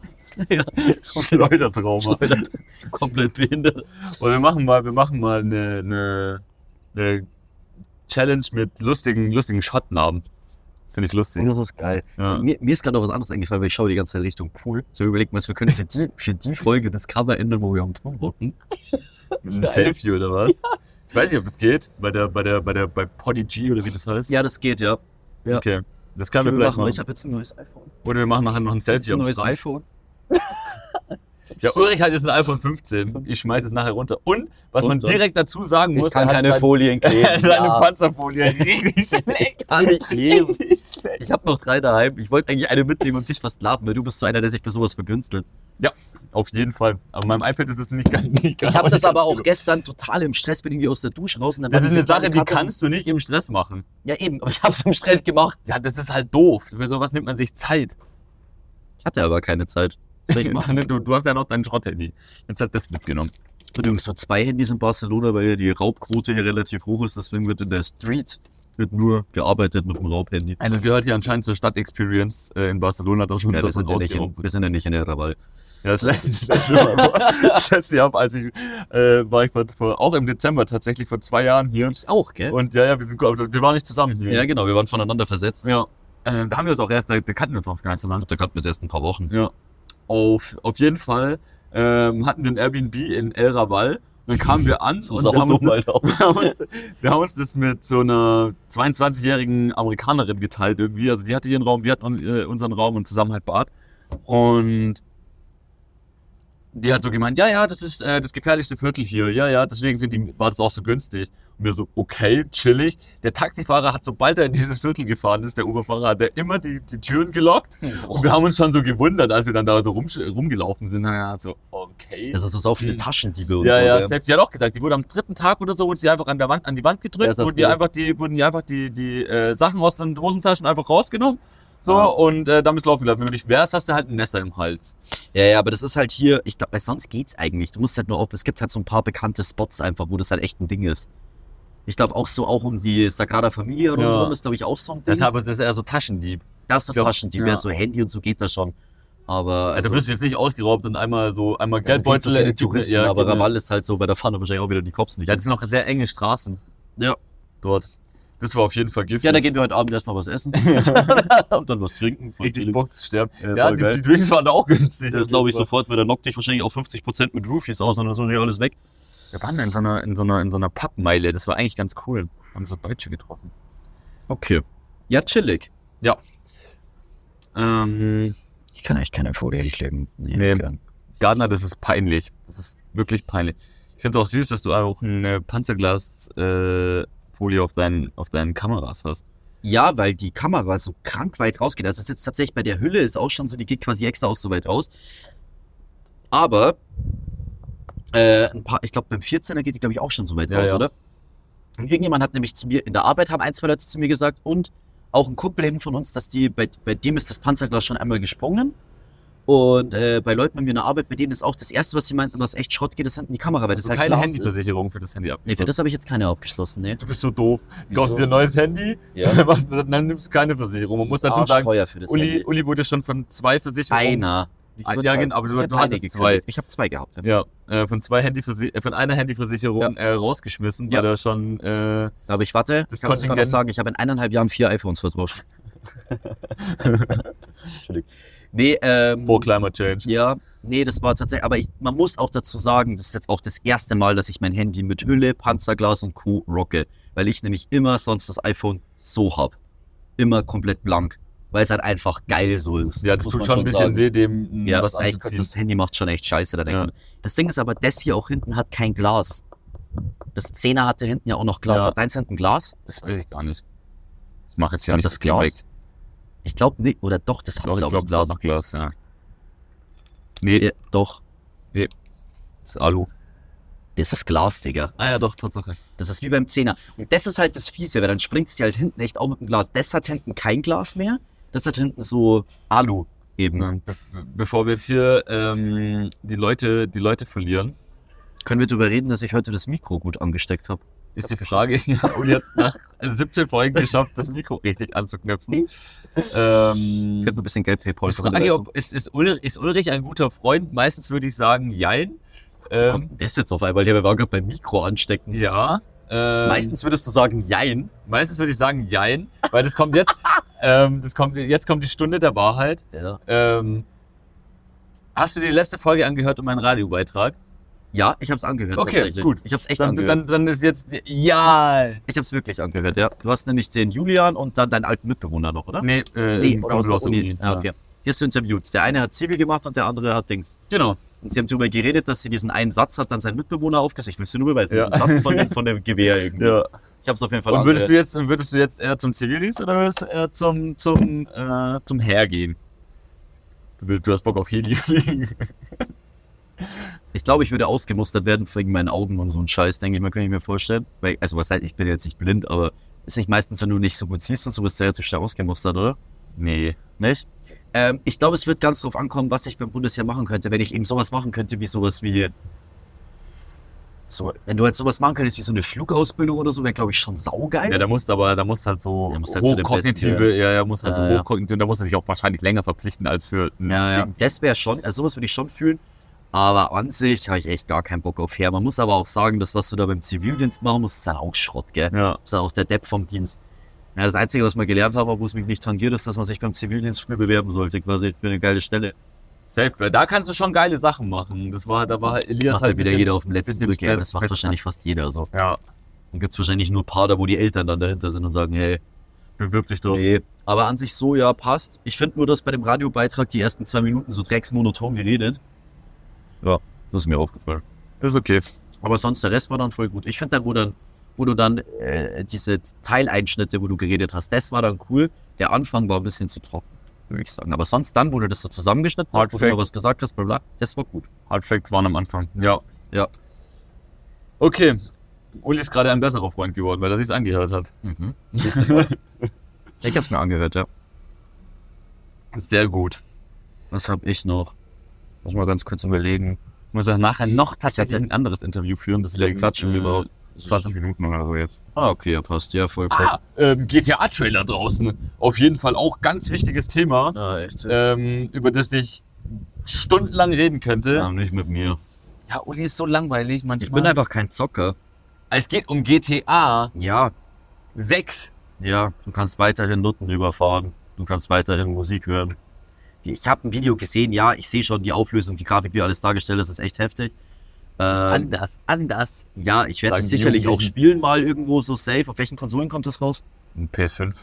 [SPEAKER 3] ja,
[SPEAKER 2] Schleudertrauma.
[SPEAKER 3] komplett behindert.
[SPEAKER 2] Und wir machen mal, wir machen mal eine, eine, eine Challenge mit lustigen, lustigen Schottennamen. Finde ich lustig.
[SPEAKER 3] Das ist geil.
[SPEAKER 2] Ja.
[SPEAKER 3] Mir, mir ist gerade noch was anderes eingefallen, weil ich schaue die ganze Zeit Richtung Pool. So überlegt man, wir können für die, für die Folge das Cover ändern, wo wir am Pool hocken.
[SPEAKER 2] Ein Selfie oder was? Ich weiß nicht, ob das geht. Bei der, bei der, bei der, bei Podigy oder wie das heißt.
[SPEAKER 3] Ja, das geht, ja. ja.
[SPEAKER 2] Okay. Das können wir
[SPEAKER 3] Können wir
[SPEAKER 2] vielleicht
[SPEAKER 3] machen, weil
[SPEAKER 2] machen.
[SPEAKER 3] ich habe jetzt ein neues iPhone.
[SPEAKER 2] Oder wir machen nachher noch ein
[SPEAKER 3] Jetzt
[SPEAKER 2] Selfie
[SPEAKER 3] ein
[SPEAKER 2] am
[SPEAKER 3] neues
[SPEAKER 2] Strand.
[SPEAKER 3] iPhone.
[SPEAKER 2] Ja, Ulrich hat jetzt ein iPhone 15. Ich schmeiß es nachher runter. Und, was
[SPEAKER 3] Und
[SPEAKER 2] man
[SPEAKER 3] dann-
[SPEAKER 2] direkt dazu sagen muss,
[SPEAKER 3] Ich kann
[SPEAKER 2] er hat
[SPEAKER 3] keine
[SPEAKER 2] sein-
[SPEAKER 3] halt Folien
[SPEAKER 2] er hat
[SPEAKER 3] kleben.
[SPEAKER 2] seine
[SPEAKER 3] ja.
[SPEAKER 2] Panzerfolie richtig schlecht.
[SPEAKER 3] Kann ich kleben.
[SPEAKER 2] Richtig schlecht.
[SPEAKER 3] Ich habe noch drei daheim. Ich wollte eigentlich eine mitnehmen und dich versklaven, weil du bist so einer, der sich bei sowas vergünstelt.
[SPEAKER 2] Auf jeden Fall. Auf meinem iPad ist es nicht ganz. Nicht
[SPEAKER 3] Ich habe das aber auch gestern total im Stress, bin irgendwie aus der Dusche raus und dann
[SPEAKER 2] Das
[SPEAKER 3] war
[SPEAKER 2] ist eine
[SPEAKER 3] diese
[SPEAKER 2] Sache, die
[SPEAKER 3] Karte-
[SPEAKER 2] kannst du nicht im Stress machen.
[SPEAKER 3] Ja, eben, aber ich habe es im Stress gemacht.
[SPEAKER 2] Ja, das ist halt doof. Für sowas nimmt man sich Zeit.
[SPEAKER 3] Ich hatte aber keine Zeit. Was soll ich machen?
[SPEAKER 2] Du, du hast ja noch dein Schrott-Handy. Jetzt hat das mitgenommen.
[SPEAKER 3] Übrigens, so zwei Handys in Barcelona, weil ja die Raubquote hier relativ hoch ist, deswegen wird in der Street wird nur gearbeitet mit dem Raubhandy.
[SPEAKER 2] Ey, Das gehört hier anscheinend zur Stadt-Experience äh, in Barcelona. Das schon
[SPEAKER 3] Ja, wir,
[SPEAKER 2] das
[SPEAKER 3] sind ja nicht in,
[SPEAKER 2] rausgeraubt.
[SPEAKER 3] wir sind ja nicht in der Raval.
[SPEAKER 2] Ja, das letzte das letzte Mal war- das letzte Jahr, als ich, äh, war ich vor- vor, auch im Dezember tatsächlich vor zwei Jahren hier.
[SPEAKER 3] Auch, gell?
[SPEAKER 2] Und ja, ja, wir, sind, aber das- wir waren nicht zusammen hier.
[SPEAKER 3] ja, genau, wir waren voneinander versetzt.
[SPEAKER 2] ja. Äh, da haben wir uns auch erst, da, da kannten wir uns auch gar nicht so lange.
[SPEAKER 3] Da kannten wir es erst ein paar Wochen.
[SPEAKER 2] Ja. Auf, auf jeden Fall ähm, hatten wir ein Airbnb in El Raval. Dann kamen wir an und wir haben, uns, das-
[SPEAKER 3] Alter.
[SPEAKER 2] wir, haben uns, wir haben uns das mit so einer 22-jährigen Amerikanerin geteilt irgendwie. Also die hatte ihren Raum, wir hatten äh, unseren Raum und zusammen halt Bad. Und die hat so gemeint, ja, ja, das ist äh, das gefährlichste Viertel hier. Ja, ja, deswegen sind die, war das auch so günstig. Und wir so, okay, chillig. Der Taxifahrer hat, sobald er in dieses Viertel gefahren ist, der Uberfahrer, hat er immer die, die Türen gelockt. Und wir haben uns schon so gewundert, als wir dann da so rum, rumgelaufen sind. Naja, so, okay.
[SPEAKER 3] Das sind so sau viele Taschendiebe und
[SPEAKER 2] Ja,
[SPEAKER 3] so.
[SPEAKER 2] ja,
[SPEAKER 3] gell?
[SPEAKER 2] selbst sie hat auch gesagt, sie wurde am dritten Tag oder so, wurde sie einfach an, der Wand, an die Wand
[SPEAKER 3] Ja,
[SPEAKER 2] gedrückt,
[SPEAKER 3] das hast
[SPEAKER 2] wurden
[SPEAKER 3] du
[SPEAKER 2] ihr
[SPEAKER 3] gesagt.
[SPEAKER 2] einfach die, wurden ihr einfach die, die äh, Sachen aus den Hosentaschen einfach rausgenommen so
[SPEAKER 3] Ja.
[SPEAKER 2] und äh, damit laufen gelassen. Wenn du dich wehrst, hast du halt ein Messer im Hals.
[SPEAKER 3] Ja, ja, aber das ist halt hier, ich glaube, sonst geht's eigentlich. Du musst halt nur auf, es gibt halt so ein paar bekannte Spots einfach, wo das halt echt ein Ding ist. Ich glaube auch so, auch um die Sagrada Familia rundherum ist, glaube ich, auch so ein Ding.
[SPEAKER 2] Deshalb ist das eher so Taschendieb.
[SPEAKER 3] das sind
[SPEAKER 2] glaub-
[SPEAKER 3] Taschen, die
[SPEAKER 2] ja.
[SPEAKER 3] mehr so Handy und so geht das schon. Aber
[SPEAKER 2] Also, bist du jetzt nicht ausgeraubt und einmal so einmal
[SPEAKER 3] es sind Also viel zu
[SPEAKER 2] Geldbeutel
[SPEAKER 3] viele
[SPEAKER 2] äh,
[SPEAKER 3] Touristen,
[SPEAKER 2] ja,
[SPEAKER 3] aber
[SPEAKER 2] genau.
[SPEAKER 3] Raval ist halt so, bei der Fahne wahrscheinlich auch wieder die Cops nicht.
[SPEAKER 2] Ja, das sind noch sehr enge Straßen.
[SPEAKER 3] Ja.
[SPEAKER 2] Dort. Das war auf jeden Fall giftig.
[SPEAKER 3] ja, da gehen wir heute Abend erstmal was essen und dann was trinken.
[SPEAKER 2] richtig Bock zu sterben.
[SPEAKER 3] Ja,
[SPEAKER 2] Ja,
[SPEAKER 3] voll
[SPEAKER 2] die,
[SPEAKER 3] geil.
[SPEAKER 2] die Drinks waren auch günstig.
[SPEAKER 3] das glaube ich sofort, weil der lockt dich wahrscheinlich auch 50% mit Roofies aus und dann ist wahrscheinlich alles weg.
[SPEAKER 2] Wir waren in so einer, in so einer, in so einer Pappmeile. Das war eigentlich ganz cool. Haben so Deutsche getroffen.
[SPEAKER 3] Okay. Ja, chillig.
[SPEAKER 2] Ähm,
[SPEAKER 3] Ich kann eigentlich keine Folie hinklicken.
[SPEAKER 2] Nee.
[SPEAKER 3] gern.
[SPEAKER 2] Gardner, das ist peinlich. Das ist wirklich peinlich. Ich finde es auch süß, dass du auch eine Panzerglasfolie äh, Folie auf, deinen, auf deinen Kameras hast.
[SPEAKER 3] Ja, weil die Kamera so krank weit rausgeht. Also, es ist jetzt tatsächlich bei der Hülle ist auch schon so, die geht quasi extra aus so weit raus. Aber äh, ein paar, ich glaube, beim 14er geht die, glaube ich, auch schon so weit
[SPEAKER 2] Ja,
[SPEAKER 3] raus,
[SPEAKER 2] ja.
[SPEAKER 3] oder? Und irgendjemand hat nämlich zu mir, in der Arbeit haben ein, zwei Leute zu mir gesagt und auch ein Kumpel eben von uns, dass die, bei, bei dem ist das Panzerglas schon einmal gesprungen. Und äh, bei Leuten bei mir in der Arbeit, bei denen ist auch das Erste, was sie meinten, was echt Schrott geht, ist hinten die Kamera, weil das
[SPEAKER 2] Also
[SPEAKER 3] halt
[SPEAKER 2] keine
[SPEAKER 3] Glas ist.
[SPEAKER 2] Handyversicherung für das Handy ab.
[SPEAKER 3] Nee, für das habe ich jetzt keine abgeschlossen, ne?
[SPEAKER 2] du bist so doof. Du kaufst
[SPEAKER 3] Wieso?
[SPEAKER 2] dir ein neues Handy,
[SPEAKER 3] Ja.
[SPEAKER 2] dann dann nimmst du keine Versicherung. Man muss dazu sagen,
[SPEAKER 3] teuer für das
[SPEAKER 2] Uli,
[SPEAKER 3] Handy.
[SPEAKER 2] Uli wurde schon von zwei Versicherungen.
[SPEAKER 3] Einer.
[SPEAKER 2] Ah, ja, genau, aber du- du hattest zwei.
[SPEAKER 3] Ich habe zwei gehabt. Ja.
[SPEAKER 2] Ja, äh, von zwei Handy von einer Handyversicherung äh, rausgeschmissen,
[SPEAKER 3] Ja.
[SPEAKER 2] weil er schon äh,
[SPEAKER 3] Aber ich warte,
[SPEAKER 2] Das
[SPEAKER 3] das kannst du sogar noch
[SPEAKER 2] Kontingent-
[SPEAKER 3] sagen, ich habe in eineinhalb Jahren vier iPhones vertroschen. Entschuldigung. Nee, ähm,
[SPEAKER 2] vor Climate Change.
[SPEAKER 3] ja, nee, das war tatsächlich, aber ich, man muss auch dazu sagen, das ist jetzt auch das erste Mal, dass ich mein Handy mit Hülle, Panzerglas und Co. rocke, weil ich nämlich immer sonst das iPhone so hab. Immer komplett blank, weil es halt einfach geil so ist.
[SPEAKER 2] Ja, das
[SPEAKER 3] muss
[SPEAKER 2] tut
[SPEAKER 3] man
[SPEAKER 2] schon ein bisschen
[SPEAKER 3] sagen.
[SPEAKER 2] weh, dem
[SPEAKER 3] Ja,
[SPEAKER 2] was
[SPEAKER 3] was echt,
[SPEAKER 2] anzuziehen.
[SPEAKER 3] das Handy macht schon echt scheiße. Da denkt
[SPEAKER 2] Ja.
[SPEAKER 3] man. Das Ding ist aber, das hier auch hinten hat kein Glas. Das 10er hatte hinten ja auch noch Glas.
[SPEAKER 2] Ja.
[SPEAKER 3] Hat deins hinten Glas?
[SPEAKER 2] Das weiß ich gar nicht. Ich mache jetzt ja
[SPEAKER 3] Hat
[SPEAKER 2] nicht
[SPEAKER 3] das Glas?
[SPEAKER 2] direkt.
[SPEAKER 3] Ich glaube nicht. Oder doch, das hat
[SPEAKER 2] Doch, ich
[SPEAKER 3] glaub
[SPEAKER 2] glaube, das ist Glas, ja. Nee,
[SPEAKER 3] Ja, doch,
[SPEAKER 2] das ist Alu.
[SPEAKER 3] das ist Glas, Digga.
[SPEAKER 2] Ah ja, doch, Tatsache.
[SPEAKER 3] Das ist wie beim 10er. Und das ist halt das Fiese, weil dann springt es dir halt hinten echt auch mit dem Glas. Das hat hinten kein Glas mehr. Das hat hinten so Alu eben.
[SPEAKER 2] Be be- bevor wir jetzt hier ähm, die, Leute, die Leute verlieren,
[SPEAKER 3] Können wir darüber reden, dass ich heute das Mikro gut angesteckt habe?
[SPEAKER 2] ist die
[SPEAKER 3] Hab's
[SPEAKER 2] Frage, und jetzt nach 17 Folgen geschafft, das Mikro richtig anzuknöpfen. ähm,
[SPEAKER 3] Ich habe ein bisschen Geld PayPal
[SPEAKER 2] die Frage, ob, ist, ist, Ulrich, ist Ulrich ein guter Freund? Meistens würde ich sagen, jein. Ähm,
[SPEAKER 3] Kommt das jetzt auf einmal? Ja, wir waren gerade beim Mikro anstecken.
[SPEAKER 2] ja. Ähm,
[SPEAKER 3] Meistens würdest du sagen, jein.
[SPEAKER 2] meistens würde ich sagen, jein, weil das kommt jetzt, ähm, das kommt, jetzt kommt die Stunde der Wahrheit.
[SPEAKER 3] Ja.
[SPEAKER 2] Ähm, hast du die letzte Folge angehört und meinen Radiobeitrag?
[SPEAKER 3] Ja, ich hab's angehört.
[SPEAKER 2] Okay,
[SPEAKER 3] tatsächlich.
[SPEAKER 2] gut.
[SPEAKER 3] Ich hab's echt
[SPEAKER 2] Dann,
[SPEAKER 3] angehört.
[SPEAKER 2] dann, dann ist jetzt. Ja!
[SPEAKER 3] ich hab's wirklich angehört, ja. Du hast nämlich den Julian und dann deinen alten Mitbewohner noch, oder?
[SPEAKER 2] Nee, äh, ein
[SPEAKER 3] oder aus
[SPEAKER 2] Kumpel
[SPEAKER 3] der
[SPEAKER 2] aus der
[SPEAKER 3] Uni.
[SPEAKER 2] Ja.
[SPEAKER 3] Ah, okay. Die hast du interviewt. Der eine hat Zivil gemacht und der andere hat Dings.
[SPEAKER 2] Genau.
[SPEAKER 3] Und sie haben darüber geredet, dass sie diesen einen Satz hat, dann sein Mitbewohner aufgesagt. Ich will's dir nur beweisen.
[SPEAKER 2] Ja.
[SPEAKER 3] Diesen Satz von, dem- von dem Gewehr irgendwie. Ich hab's auf jeden Fall
[SPEAKER 2] Und würdest du jetzt, würdest du jetzt eher zum Zivildienst oder würdest du eher zum, zum, äh, zum Heer gehen? Du, willst- du hast Bock auf Heli fliegen.
[SPEAKER 3] Ich glaube, ich würde ausgemustert werden wegen meinen Augen und so ein Scheiß, denke ich mal, kann ich mir vorstellen. Weil, also, was halt, ich bin jetzt nicht blind, aber ist nicht meistens, wenn du nicht so gut siehst und so, bist du relativ schnell ausgemustert, oder?
[SPEAKER 2] Nee.
[SPEAKER 3] Nicht? Ähm, ich glaube, es wird ganz drauf ankommen, was ich beim Bundesheer machen könnte, wenn ich eben sowas machen könnte, wie sowas wie. So, wenn du halt sowas machen könntest, wie so eine Flugausbildung oder so, wäre, glaube ich, schon saugeil.
[SPEAKER 2] Ja, da musst du aber, da musst du halt so
[SPEAKER 3] Ja, musst halt zu den
[SPEAKER 2] hochkognitive,
[SPEAKER 3] Besten,
[SPEAKER 2] ja, ja, musst halt so
[SPEAKER 3] Ja, ja.
[SPEAKER 2] hochkognitive, da musst du dich auch wahrscheinlich länger verpflichten als für ein
[SPEAKER 3] ja, ja.
[SPEAKER 2] Ding.
[SPEAKER 3] Das wäre schon, also sowas würde ich schon fühlen. Aber an sich habe ich echt gar keinen Bock auf her. Man muss aber auch sagen, das, was du da beim Zivildienst machen musst, ist halt auch Schrott, gell?
[SPEAKER 2] ja.
[SPEAKER 3] Das ist auch der Depp vom Dienst. Ja, das Einzige, was man gelernt haben, wo es mich nicht tangiert, ist, dass man sich beim Zivildienst früh bewerben sollte, quasi für eine geile Stelle.
[SPEAKER 2] Safe, weil da kannst du schon geile Sachen machen. Das war, da war Elias
[SPEAKER 3] macht halt wieder
[SPEAKER 2] bisschen-
[SPEAKER 3] jeder auf dem letzten
[SPEAKER 2] bisschen
[SPEAKER 3] Drücker. Ja, aber das macht
[SPEAKER 2] spät-
[SPEAKER 3] wahrscheinlich fast jeder so.
[SPEAKER 2] Ja,
[SPEAKER 3] Dann gibt es wahrscheinlich nur Pader, wo die Eltern dann dahinter sind und sagen, hey,
[SPEAKER 2] bewirb dich doch.
[SPEAKER 3] nee. Aber an sich so, ja, passt. Ich finde nur, dass bei dem Radiobeitrag die ersten zwei Minuten so drecksmonoton geredet. Ja, das ist mir aufgefallen.
[SPEAKER 2] Das ist okay.
[SPEAKER 3] Aber sonst, der Rest war dann voll gut. Ich finde dann, wo dann, wo du dann äh, diese Teileinschnitte, wo du geredet hast, das war dann cool. Der Anfang war ein bisschen zu trocken, würde ich sagen. Aber sonst dann, wo du das so zusammengeschnitten hast, wo du
[SPEAKER 2] Hardfact.
[SPEAKER 3] noch was gesagt hast, bla bla, das war gut.
[SPEAKER 2] Hard Facts waren am Anfang. Ja.
[SPEAKER 3] Ja.
[SPEAKER 2] Okay. Uli ist gerade ein besserer Freund Mhm. geworden, weil er sich's angehört hat.
[SPEAKER 3] Mhm. ich hab's mir angehört, ja.
[SPEAKER 2] Sehr gut.
[SPEAKER 3] Was habe ich noch? Muss mal ganz kurz überlegen.
[SPEAKER 2] Ich muss ja nachher noch tatsächlich ein anderes Interview führen, deswegen
[SPEAKER 3] Wir quatschen
[SPEAKER 2] äh,
[SPEAKER 3] überhaupt.
[SPEAKER 2] 20 Minuten oder so jetzt.
[SPEAKER 3] Ah, okay, ja, passt. Ja, voll, voll.
[SPEAKER 2] Ah, ähm, GTA-Trailer draußen. Auf jeden Fall auch ganz wichtiges Thema,
[SPEAKER 3] Ah, echt? jetzt?
[SPEAKER 2] ähm, über das ich stundenlang reden könnte.
[SPEAKER 3] Ah, nicht mit mir.
[SPEAKER 2] Ja, Uli ist so langweilig manchmal.
[SPEAKER 3] Ich bin einfach kein Zocker.
[SPEAKER 2] es geht um GTA
[SPEAKER 3] Ja,
[SPEAKER 2] 6.
[SPEAKER 3] ja, du kannst weiterhin Nutten überfahren. Du kannst weiterhin Musik hören. Ich habe ein Video gesehen, ja, ich sehe schon die Auflösung, die Grafik, wie alles dargestellt ist, ist echt heftig. Ähm,
[SPEAKER 2] anders, anders.
[SPEAKER 3] ja, ich werde
[SPEAKER 2] Sagen
[SPEAKER 3] es
[SPEAKER 2] die
[SPEAKER 3] sicherlich auch
[SPEAKER 2] Jugendlichen.
[SPEAKER 3] spielen, mal irgendwo so safe. Auf welchen Konsolen kommt das raus?
[SPEAKER 2] Ein PS5.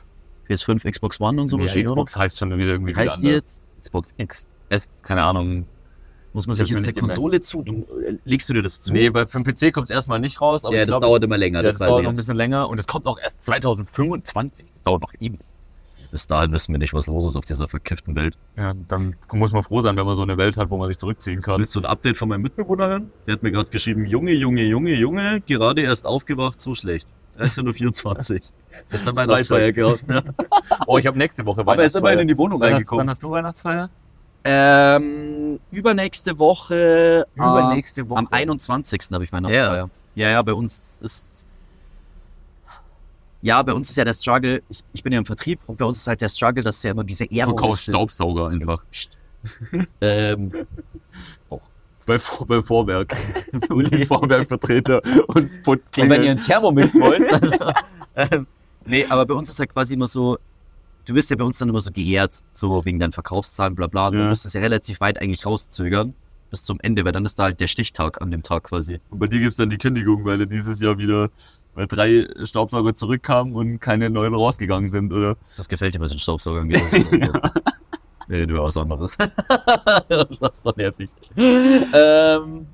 [SPEAKER 3] PS5, Xbox One und so
[SPEAKER 2] Nee,
[SPEAKER 3] wahrscheinlich,
[SPEAKER 2] Xbox heißt schon wieder irgendwie
[SPEAKER 3] oder?
[SPEAKER 2] wieder
[SPEAKER 3] Heißt die
[SPEAKER 2] anders.
[SPEAKER 3] jetzt?
[SPEAKER 2] Xbox X, S, keine Ahnung.
[SPEAKER 3] Muss man
[SPEAKER 2] Ich
[SPEAKER 3] sich
[SPEAKER 2] hab
[SPEAKER 3] jetzt
[SPEAKER 2] mir
[SPEAKER 3] der
[SPEAKER 2] nicht gemerkt.
[SPEAKER 3] Konsole zu? Du, äh, legst du dir das zu?
[SPEAKER 2] Nee, bei, für den PC kommt es erstmal nicht raus, aber
[SPEAKER 3] ja,
[SPEAKER 2] ich
[SPEAKER 3] das
[SPEAKER 2] glaube,
[SPEAKER 3] dauert immer länger, das,
[SPEAKER 2] das
[SPEAKER 3] weiß
[SPEAKER 2] dauert
[SPEAKER 3] ich.
[SPEAKER 2] noch ein bisschen länger und es kommt auch erst 2025. Das dauert noch ewig.
[SPEAKER 3] Bis dahin wissen wir nicht, was los ist auf dieser verkifften Welt.
[SPEAKER 2] Ja, dann muss man froh sein, wenn man so eine Welt hat, wo man sich zurückziehen kann.
[SPEAKER 3] Willst du ein Update von meinem Mitbewohner hören? Der hat mir gerade geschrieben, Junge, Junge, Junge, Junge, gerade erst aufgewacht, so schlecht. 13.24 Uhr. Das ist dann Weihnachtsfeier gehabt. Ja.
[SPEAKER 2] Oh, ich habe nächste Woche
[SPEAKER 3] Aber er ist immerhin in die Wohnung
[SPEAKER 2] Wann hast, wann
[SPEAKER 3] reingekommen.
[SPEAKER 2] hast du Weihnachtsfeier?
[SPEAKER 3] Ähm, übernächste Woche, ah,
[SPEAKER 2] Übernächste Woche.
[SPEAKER 3] am 21. habe ich Weihnachtsfeier.
[SPEAKER 2] Erst.
[SPEAKER 3] Ja, ja, bei uns ist. Ja, bei uns ist ja der Struggle, ich, ich bin ja im Vertrieb und bei uns ist halt der Struggle, dass ja immer diese
[SPEAKER 2] Du
[SPEAKER 3] Ehrung
[SPEAKER 2] kaufst Staubsauger einfach.
[SPEAKER 3] Ähm,
[SPEAKER 2] Bei, Vor- bei Vorwerk. Uli ist Vorwerkvertreter und
[SPEAKER 3] und wenn ihr
[SPEAKER 2] Putzklinge.
[SPEAKER 3] einen Thermomix wollt. Also, ähm, nee, aber bei uns ist ja quasi immer so, du wirst ja bei uns dann immer so geehrt, so wegen deinen Verkaufszahlen, bla bla. Du
[SPEAKER 2] Ja.
[SPEAKER 3] musst es ja relativ weit eigentlich rauszögern bis zum Ende, weil dann ist da halt der Stichtag an dem Tag quasi.
[SPEAKER 2] Und bei dir gibt's dann die Kündigung, weil du dieses Jahr wieder weil drei Staubsauger zurückkamen und keine neuen rausgegangen sind, oder?
[SPEAKER 3] Das gefällt dir bei den Staubsaugern. gell? Nee, du was anderes. was war nervig. ähm,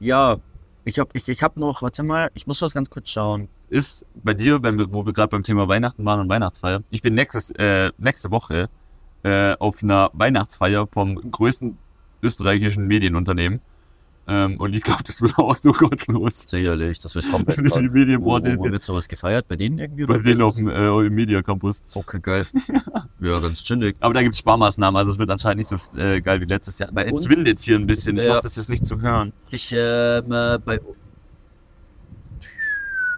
[SPEAKER 3] ja, ich hab, ich, ich hab noch, warte mal, ich muss das ganz kurz schauen.
[SPEAKER 2] Ist bei dir, wenn wir, wo wir gerade beim Thema Weihnachten waren und Weihnachtsfeier, ich bin nächstes, äh, nächste Woche äh, auf einer Weihnachtsfeier vom größten österreichischen Medienunternehmen. Ähm, und ich glaube, das wird auch so gottlos.
[SPEAKER 3] Sicherlich, das wird komplett. Oh,
[SPEAKER 2] Die Medienbranche ist jetzt
[SPEAKER 3] wird sowas gefeiert? Bei denen irgendwie?
[SPEAKER 2] bei denen auf dem äh, im Media Campus.
[SPEAKER 3] Okay, geil. ja, ganz chillig.
[SPEAKER 2] Aber da gibt es Sparmaßnahmen, also es wird anscheinend nicht so äh, geil wie letztes Jahr. Aber
[SPEAKER 3] Uns-
[SPEAKER 2] jetzt windet hier ein bisschen. Ich
[SPEAKER 3] Ja.
[SPEAKER 2] hoffe, das ist nicht zu hören.
[SPEAKER 3] Ich, ähm, äh, bei.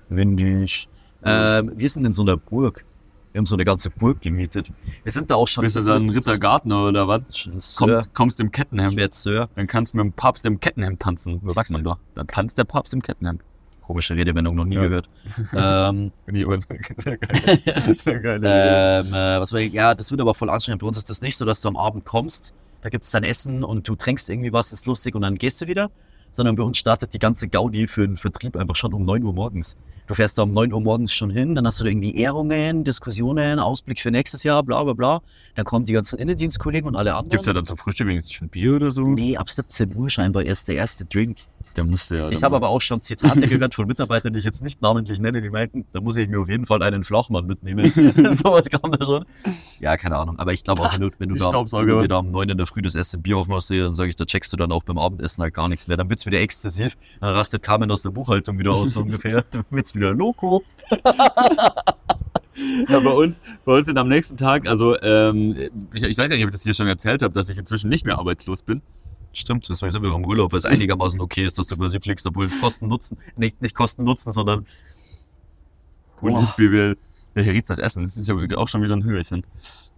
[SPEAKER 3] Windisch. Ähm, wir sind in so einer Burg. Wir haben so eine ganze Burg gemietet. Wir sind da auch schon.
[SPEAKER 2] Bist du dann Ritter Gartner oder was? Kommst,
[SPEAKER 3] Kommt.
[SPEAKER 2] kommst im
[SPEAKER 3] Ich
[SPEAKER 2] Kettenhemd.
[SPEAKER 3] werde Sir.
[SPEAKER 2] Dann kannst du mit dem Papst im Kettenhemd tanzen. So sagt man doch. Dann tanzt der Papst im Kettenhemd.
[SPEAKER 3] Komische Redewendung, noch nie
[SPEAKER 2] Ja.
[SPEAKER 3] gehört. ähm,
[SPEAKER 2] Finde ich aber sehr geil. Sehr geil.
[SPEAKER 3] ähm, äh, was war, ja, das wird aber voll anstrengend. Bei uns ist das nicht so, dass du am Abend kommst, da gibt es dann Essen und du trinkst irgendwie was, ist lustig und dann gehst du wieder. Sondern bei uns startet die ganze Gaudi für den Vertrieb einfach schon um 9 Uhr morgens. Du fährst da um 9 Uhr morgens schon hin, dann hast du da irgendwie Ehrungen, Diskussionen, Ausblick für nächstes Jahr, bla bla bla. Dann kommen die ganzen Innendienstkollegen und alle anderen.
[SPEAKER 2] Gibt's da dann zum Frühstück wenigstens schon Bier oder so?
[SPEAKER 3] nee, ab 17 Uhr scheinbar erst der erste Drink.
[SPEAKER 2] Der musste ja.
[SPEAKER 3] Ich habe aber auch schon Zitate gehört von Mitarbeitern, die ich jetzt nicht namentlich nenne, die meinten, da muss ich mir auf jeden Fall einen Flachmann mitnehmen. Sowas kam da schon. Ja, keine Ahnung. Aber ich glaube auch, wenn du, wenn du,
[SPEAKER 2] Die
[SPEAKER 3] da,
[SPEAKER 2] Staubsauger.
[SPEAKER 3] wenn du dir da um neun in der Früh das erste Bier aufmachst, dann sage ich, da checkst du dann auch beim Abendessen halt gar nichts mehr. Dann wird's wieder exzessiv. Dann rastet Carmen aus der Buchhaltung wieder aus, so ungefähr. Dann wird's wieder Loco.
[SPEAKER 2] Ja, bei uns, bei uns sind am nächsten Tag, also ähm, ich, ich weiß ja nicht, ob ich das hier schon erzählt habe, dass ich inzwischen nicht mehr arbeitslos bin.
[SPEAKER 3] Stimmt, deswegen sind wir im Urlaub, weil es einigermaßen okay ist, dass du quasi fliegst, obwohl Kosten nutzen, nee, nicht Kosten nutzen, sondern
[SPEAKER 2] Und
[SPEAKER 3] Boah.
[SPEAKER 2] ich BWL. Ja, hier riecht's nach Essen. Das ist ja auch schon wieder ein Hörchen.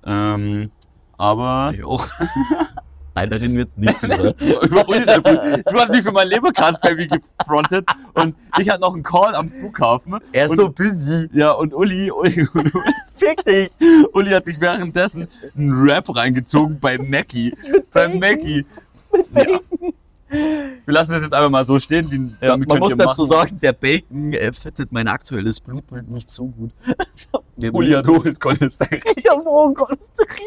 [SPEAKER 2] Ähm, aber.
[SPEAKER 3] Ja, auch. Einer reden wir jetzt nicht drüber.
[SPEAKER 2] Über Uli telefoniert. Du hast mich für mein Leberkast-Baby gefrontet und ich hatte noch einen Call am Flughafen.
[SPEAKER 3] Er
[SPEAKER 2] Und-
[SPEAKER 3] busy.
[SPEAKER 2] Ja, und Uli, Uli, Uli,
[SPEAKER 3] Fick dich.
[SPEAKER 2] Uli hat sich währenddessen einen Rap reingezogen bei Mackie. Bei Mackie. Ja. Wir lassen das jetzt einfach mal so stehen. Die,
[SPEAKER 3] Ja, man muss dazu
[SPEAKER 2] sagen,
[SPEAKER 3] sagen, der Bacon äh, fettet mein aktuelles Blutbild nicht so gut. Wir
[SPEAKER 2] Uli hat hohes Cholesterin.
[SPEAKER 3] ich habe hohen Cholesterin.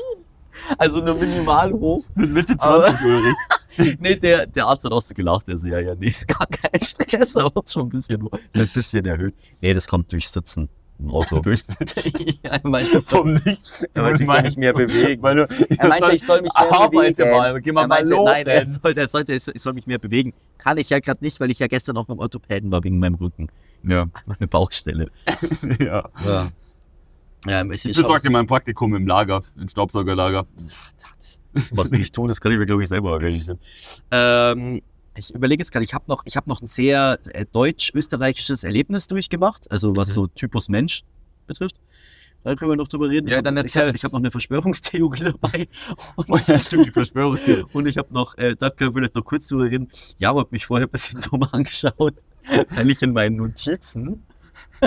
[SPEAKER 3] Also nur minimal hoch.
[SPEAKER 2] Mit Mitte 20 Ulrich.
[SPEAKER 3] Nee, der, der Arzt hat auch so gelacht. Der so, ja, ja, nee, ist gar kein Stress, aber ist schon ein bisschen, hoch. ein bisschen erhöht. Nee, das kommt durch Sitzen im Auto.
[SPEAKER 2] Durch
[SPEAKER 3] ja, er meinte, so,
[SPEAKER 2] vom Nichts.
[SPEAKER 3] er meinte, ich soll mich mehr bewegen.
[SPEAKER 2] Weil du,
[SPEAKER 3] Er meinte, ich soll mich mehr
[SPEAKER 2] arbeite
[SPEAKER 3] bewegen.
[SPEAKER 2] mal, geh mal,
[SPEAKER 3] er meinte,
[SPEAKER 2] mal los.
[SPEAKER 3] nein,
[SPEAKER 2] ey.
[SPEAKER 3] er sollte, er sollte, ich soll mich mehr bewegen. Kann ich ja gerade nicht, weil ich ja gestern auch beim Orthopäden war wegen meinem Rücken.
[SPEAKER 2] ja,
[SPEAKER 3] Meine Bauchstelle.
[SPEAKER 2] ja.
[SPEAKER 3] Ja. Ähm, ich, ich
[SPEAKER 2] Ich besorgte
[SPEAKER 3] schaue-
[SPEAKER 2] mein Praktikum im Lager, im Staubsaugerlager.
[SPEAKER 3] was die ich tun, das kann ich mir, glaube ich, selber organisieren. Ähm, ich überlege jetzt gerade, ich habe noch, ich hab noch ein sehr äh, deutsch-österreichisches Erlebnis durchgemacht, also was
[SPEAKER 2] Mhm.
[SPEAKER 3] so Typus Mensch betrifft. Da können wir noch drüber reden.
[SPEAKER 2] Ja,
[SPEAKER 3] Ich hab-
[SPEAKER 2] dann
[SPEAKER 3] ich habe
[SPEAKER 2] erzähl.
[SPEAKER 3] ich hab noch eine Verschwörungstheorie dabei.
[SPEAKER 2] ja, stimmt, die Verschwörungstheorie.
[SPEAKER 3] Und ich habe noch, äh, da können wir vielleicht noch kurz drüber reden. Java hat mich vorher ein bisschen dumm angeschaut, weil ich in meinen Notizen,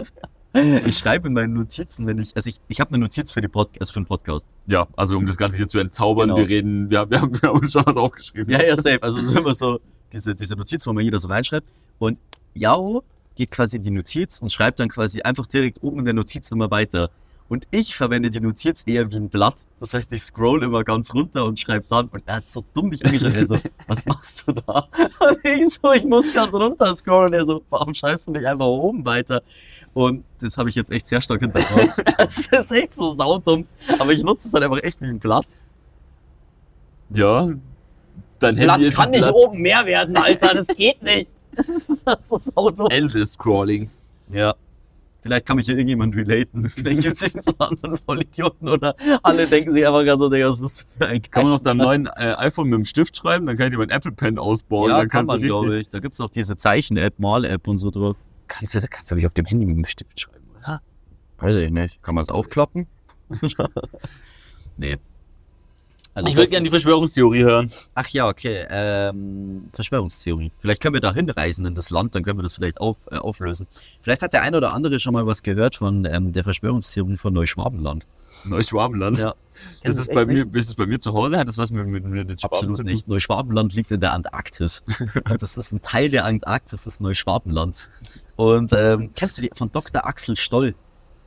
[SPEAKER 3] ich schreibe in meinen Notizen, wenn ich, also ich, ich habe eine Notiz für, die Pod, also für den Podcast.
[SPEAKER 2] Ja, also um das Ganze hier zu entzaubern,
[SPEAKER 3] Genau.
[SPEAKER 2] wir reden, wir, wir, haben, wir haben uns schon was aufgeschrieben.
[SPEAKER 3] Ja, ja, safe. Also es ist immer so diese, diese Notiz, wo man jeder so reinschreibt. Und Jao geht quasi in die Notiz und schreibt dann quasi einfach direkt oben in der Notiz immer weiter. Und ich verwende die Notiz eher wie ein Blatt. Das heißt, ich scroll immer ganz runter und schreibe dann. Und er hat so dumm mich angeschaut. Er so, was machst du da? Und ich so, ich muss ganz runter scrollen. Er so, warum schreibst du nicht einfach oben weiter? Und das habe ich jetzt echt sehr stark hinterfragt. Das ist echt so saudumm. Aber ich nutze es halt einfach echt wie ein Blatt.
[SPEAKER 2] Ja. Dein
[SPEAKER 3] Blatt
[SPEAKER 2] Handy ist
[SPEAKER 3] kann
[SPEAKER 2] ein
[SPEAKER 3] nicht
[SPEAKER 2] Blatt.
[SPEAKER 3] oben mehr werden, Alter. Das geht nicht. Das ist das ist Auto.
[SPEAKER 2] Endless Scrolling.
[SPEAKER 3] Ja. Vielleicht kann mich hier irgendjemand relaten. Vielleicht gibt es irgendeinen anderen Vollidioten oder alle denken sich einfach ganz so, Digga, was bist du für ein
[SPEAKER 2] Kann man auf
[SPEAKER 3] Geist?
[SPEAKER 2] deinem neuen äh, iPhone mit dem Stift schreiben, dann kann ich dir mein Apple Pen ausbauen.
[SPEAKER 3] Ja,
[SPEAKER 2] dann
[SPEAKER 3] kann
[SPEAKER 2] kannst
[SPEAKER 3] man,
[SPEAKER 2] du richtig,
[SPEAKER 3] glaube ich. Da gibt es auch diese Zeichen-App, Mal-App und so drauf.
[SPEAKER 2] Kannst du, da kannst du nicht auf dem Handy mit dem Stift schreiben, oder?
[SPEAKER 3] Weiß ich nicht. Kann man es aufklappen? nee. Also
[SPEAKER 2] ich würde gerne die Verschwörungstheorie hören.
[SPEAKER 3] Ach ja, okay. Ähm, Verschwörungstheorie. Vielleicht können wir da hinreisen in das Land, dann können wir das vielleicht auf, äh, auflösen. Vielleicht hat der ein oder andere schon mal was gehört von ähm, der Verschwörungstheorie von Neuschwabenland.
[SPEAKER 2] Neuschwabenland.
[SPEAKER 3] Ja.
[SPEAKER 2] Ist es, bei mir, ist es bei mir zu Hause? Hat das was mit, mit, mit den Schwaben zu
[SPEAKER 3] Absolut
[SPEAKER 2] tun?
[SPEAKER 3] nicht. Neuschwabenland liegt in der Antarktis. das ist ein Teil der Antarktis, das ist Neuschwabenland. Und ähm, kennst du die von Dr. Axel Stoll?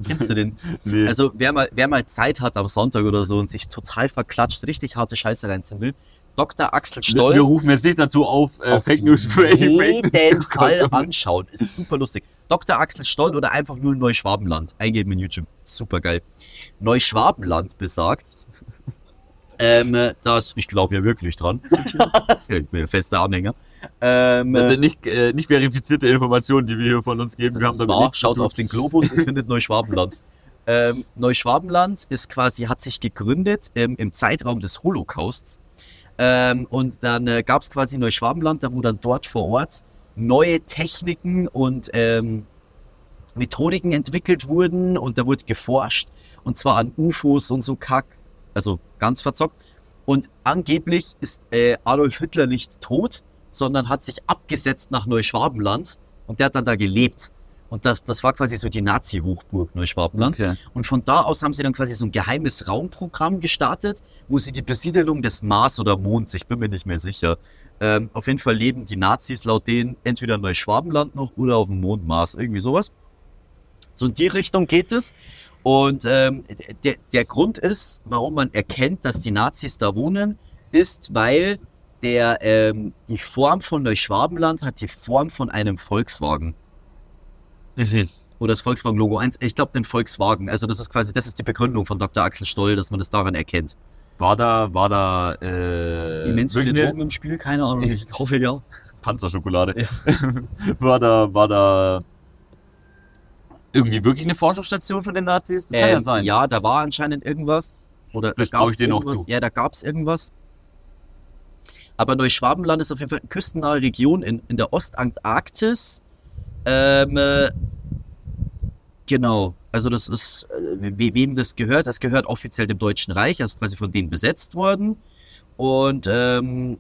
[SPEAKER 3] Kennst du den?
[SPEAKER 2] Nee.
[SPEAKER 3] Also wer mal, wer mal Zeit hat am Sonntag oder so und sich total verklatscht, richtig harte Scheiße reinziehen will, Dr.
[SPEAKER 2] Wir-
[SPEAKER 3] Axel Stoll.
[SPEAKER 2] Wir rufen jetzt nicht dazu auf, äh,
[SPEAKER 3] auf
[SPEAKER 2] Fake News für Fake
[SPEAKER 3] jeden
[SPEAKER 2] News zu
[SPEAKER 3] Fall
[SPEAKER 2] konsumieren.
[SPEAKER 3] anschauen. Ist super lustig. Dr. Axel Stoll oder einfach nur Neuschwabenland. Eingeben in YouTube. Super geil. Neuschwabenland besagt, ähm, äh, dass, ich glaube ja wirklich dran, ich bin ein fester Anhänger, ähm,
[SPEAKER 2] Das
[SPEAKER 3] äh,
[SPEAKER 2] sind nicht, äh, nicht verifizierte Informationen, die wir hier von uns geben. wir
[SPEAKER 3] das
[SPEAKER 2] haben
[SPEAKER 3] ist
[SPEAKER 2] damit
[SPEAKER 3] wahr.
[SPEAKER 2] nichts zu
[SPEAKER 3] Schaut
[SPEAKER 2] tun.
[SPEAKER 3] auf den Globus und findet Neuschwabenland. Ähm, Neuschwabenland ist quasi, hat sich gegründet ähm, im Zeitraum des Holocausts. Ähm, und dann äh, gab es quasi Neuschwabenland, da wo dann dort vor Ort neue Techniken und ähm, Methodiken entwickelt wurden und da wurde geforscht. Und zwar an UFOs und so Kack. Also ganz verzockt. Und angeblich ist äh, Adolf Hitler nicht tot, sondern hat sich abgesetzt nach Neuschwabenland und der hat dann da gelebt. Und das, das war quasi so die Nazi-Hochburg Neuschwabenland.
[SPEAKER 2] Okay.
[SPEAKER 3] Und von da aus haben sie dann quasi so ein geheimes Raumprogramm gestartet, wo sie die Besiedelung des Mars oder Monds, ich bin mir nicht mehr sicher, ähm, auf jeden Fall leben die Nazis laut denen entweder in Neuschwabenland noch oder auf dem Mond Mars, irgendwie sowas. So in die Richtung geht es. Und ähm, der, der Grund ist, warum man erkennt, dass die Nazis da wohnen, ist, weil der, ähm, die Form von Neuschwabenland hat die Form von einem Volkswagen oder das Volkswagen-Logo 1. Ich glaube, den Volkswagen. Also, das ist quasi, das ist die Begründung von Dr. Axel Stoll, dass man das daran erkennt.
[SPEAKER 2] War da, war da äh,
[SPEAKER 3] Immens viele
[SPEAKER 2] wirklich eine
[SPEAKER 3] Drogen im Spiel, keine Ahnung. Ich hoffe ja.
[SPEAKER 2] Panzerschokolade. war da, war da irgendwie wirklich eine Forschungsstation von den Nazis? Das kann ja
[SPEAKER 3] Ähm,
[SPEAKER 2] sein.
[SPEAKER 3] ja, da war anscheinend irgendwas. Oder da
[SPEAKER 2] Das traue
[SPEAKER 3] gab's
[SPEAKER 2] ich denen auch
[SPEAKER 3] irgendwas.
[SPEAKER 2] zu.
[SPEAKER 3] Ja, da gab es irgendwas. Aber Neuschwabenland ist auf jeden Fall eine küstennahe Region in, in der Ostantarktis. Ähm, äh, genau. Also das ist, äh, we, wem das gehört, das gehört offiziell dem Deutschen Reich, das ist quasi von denen besetzt worden. Und ähm,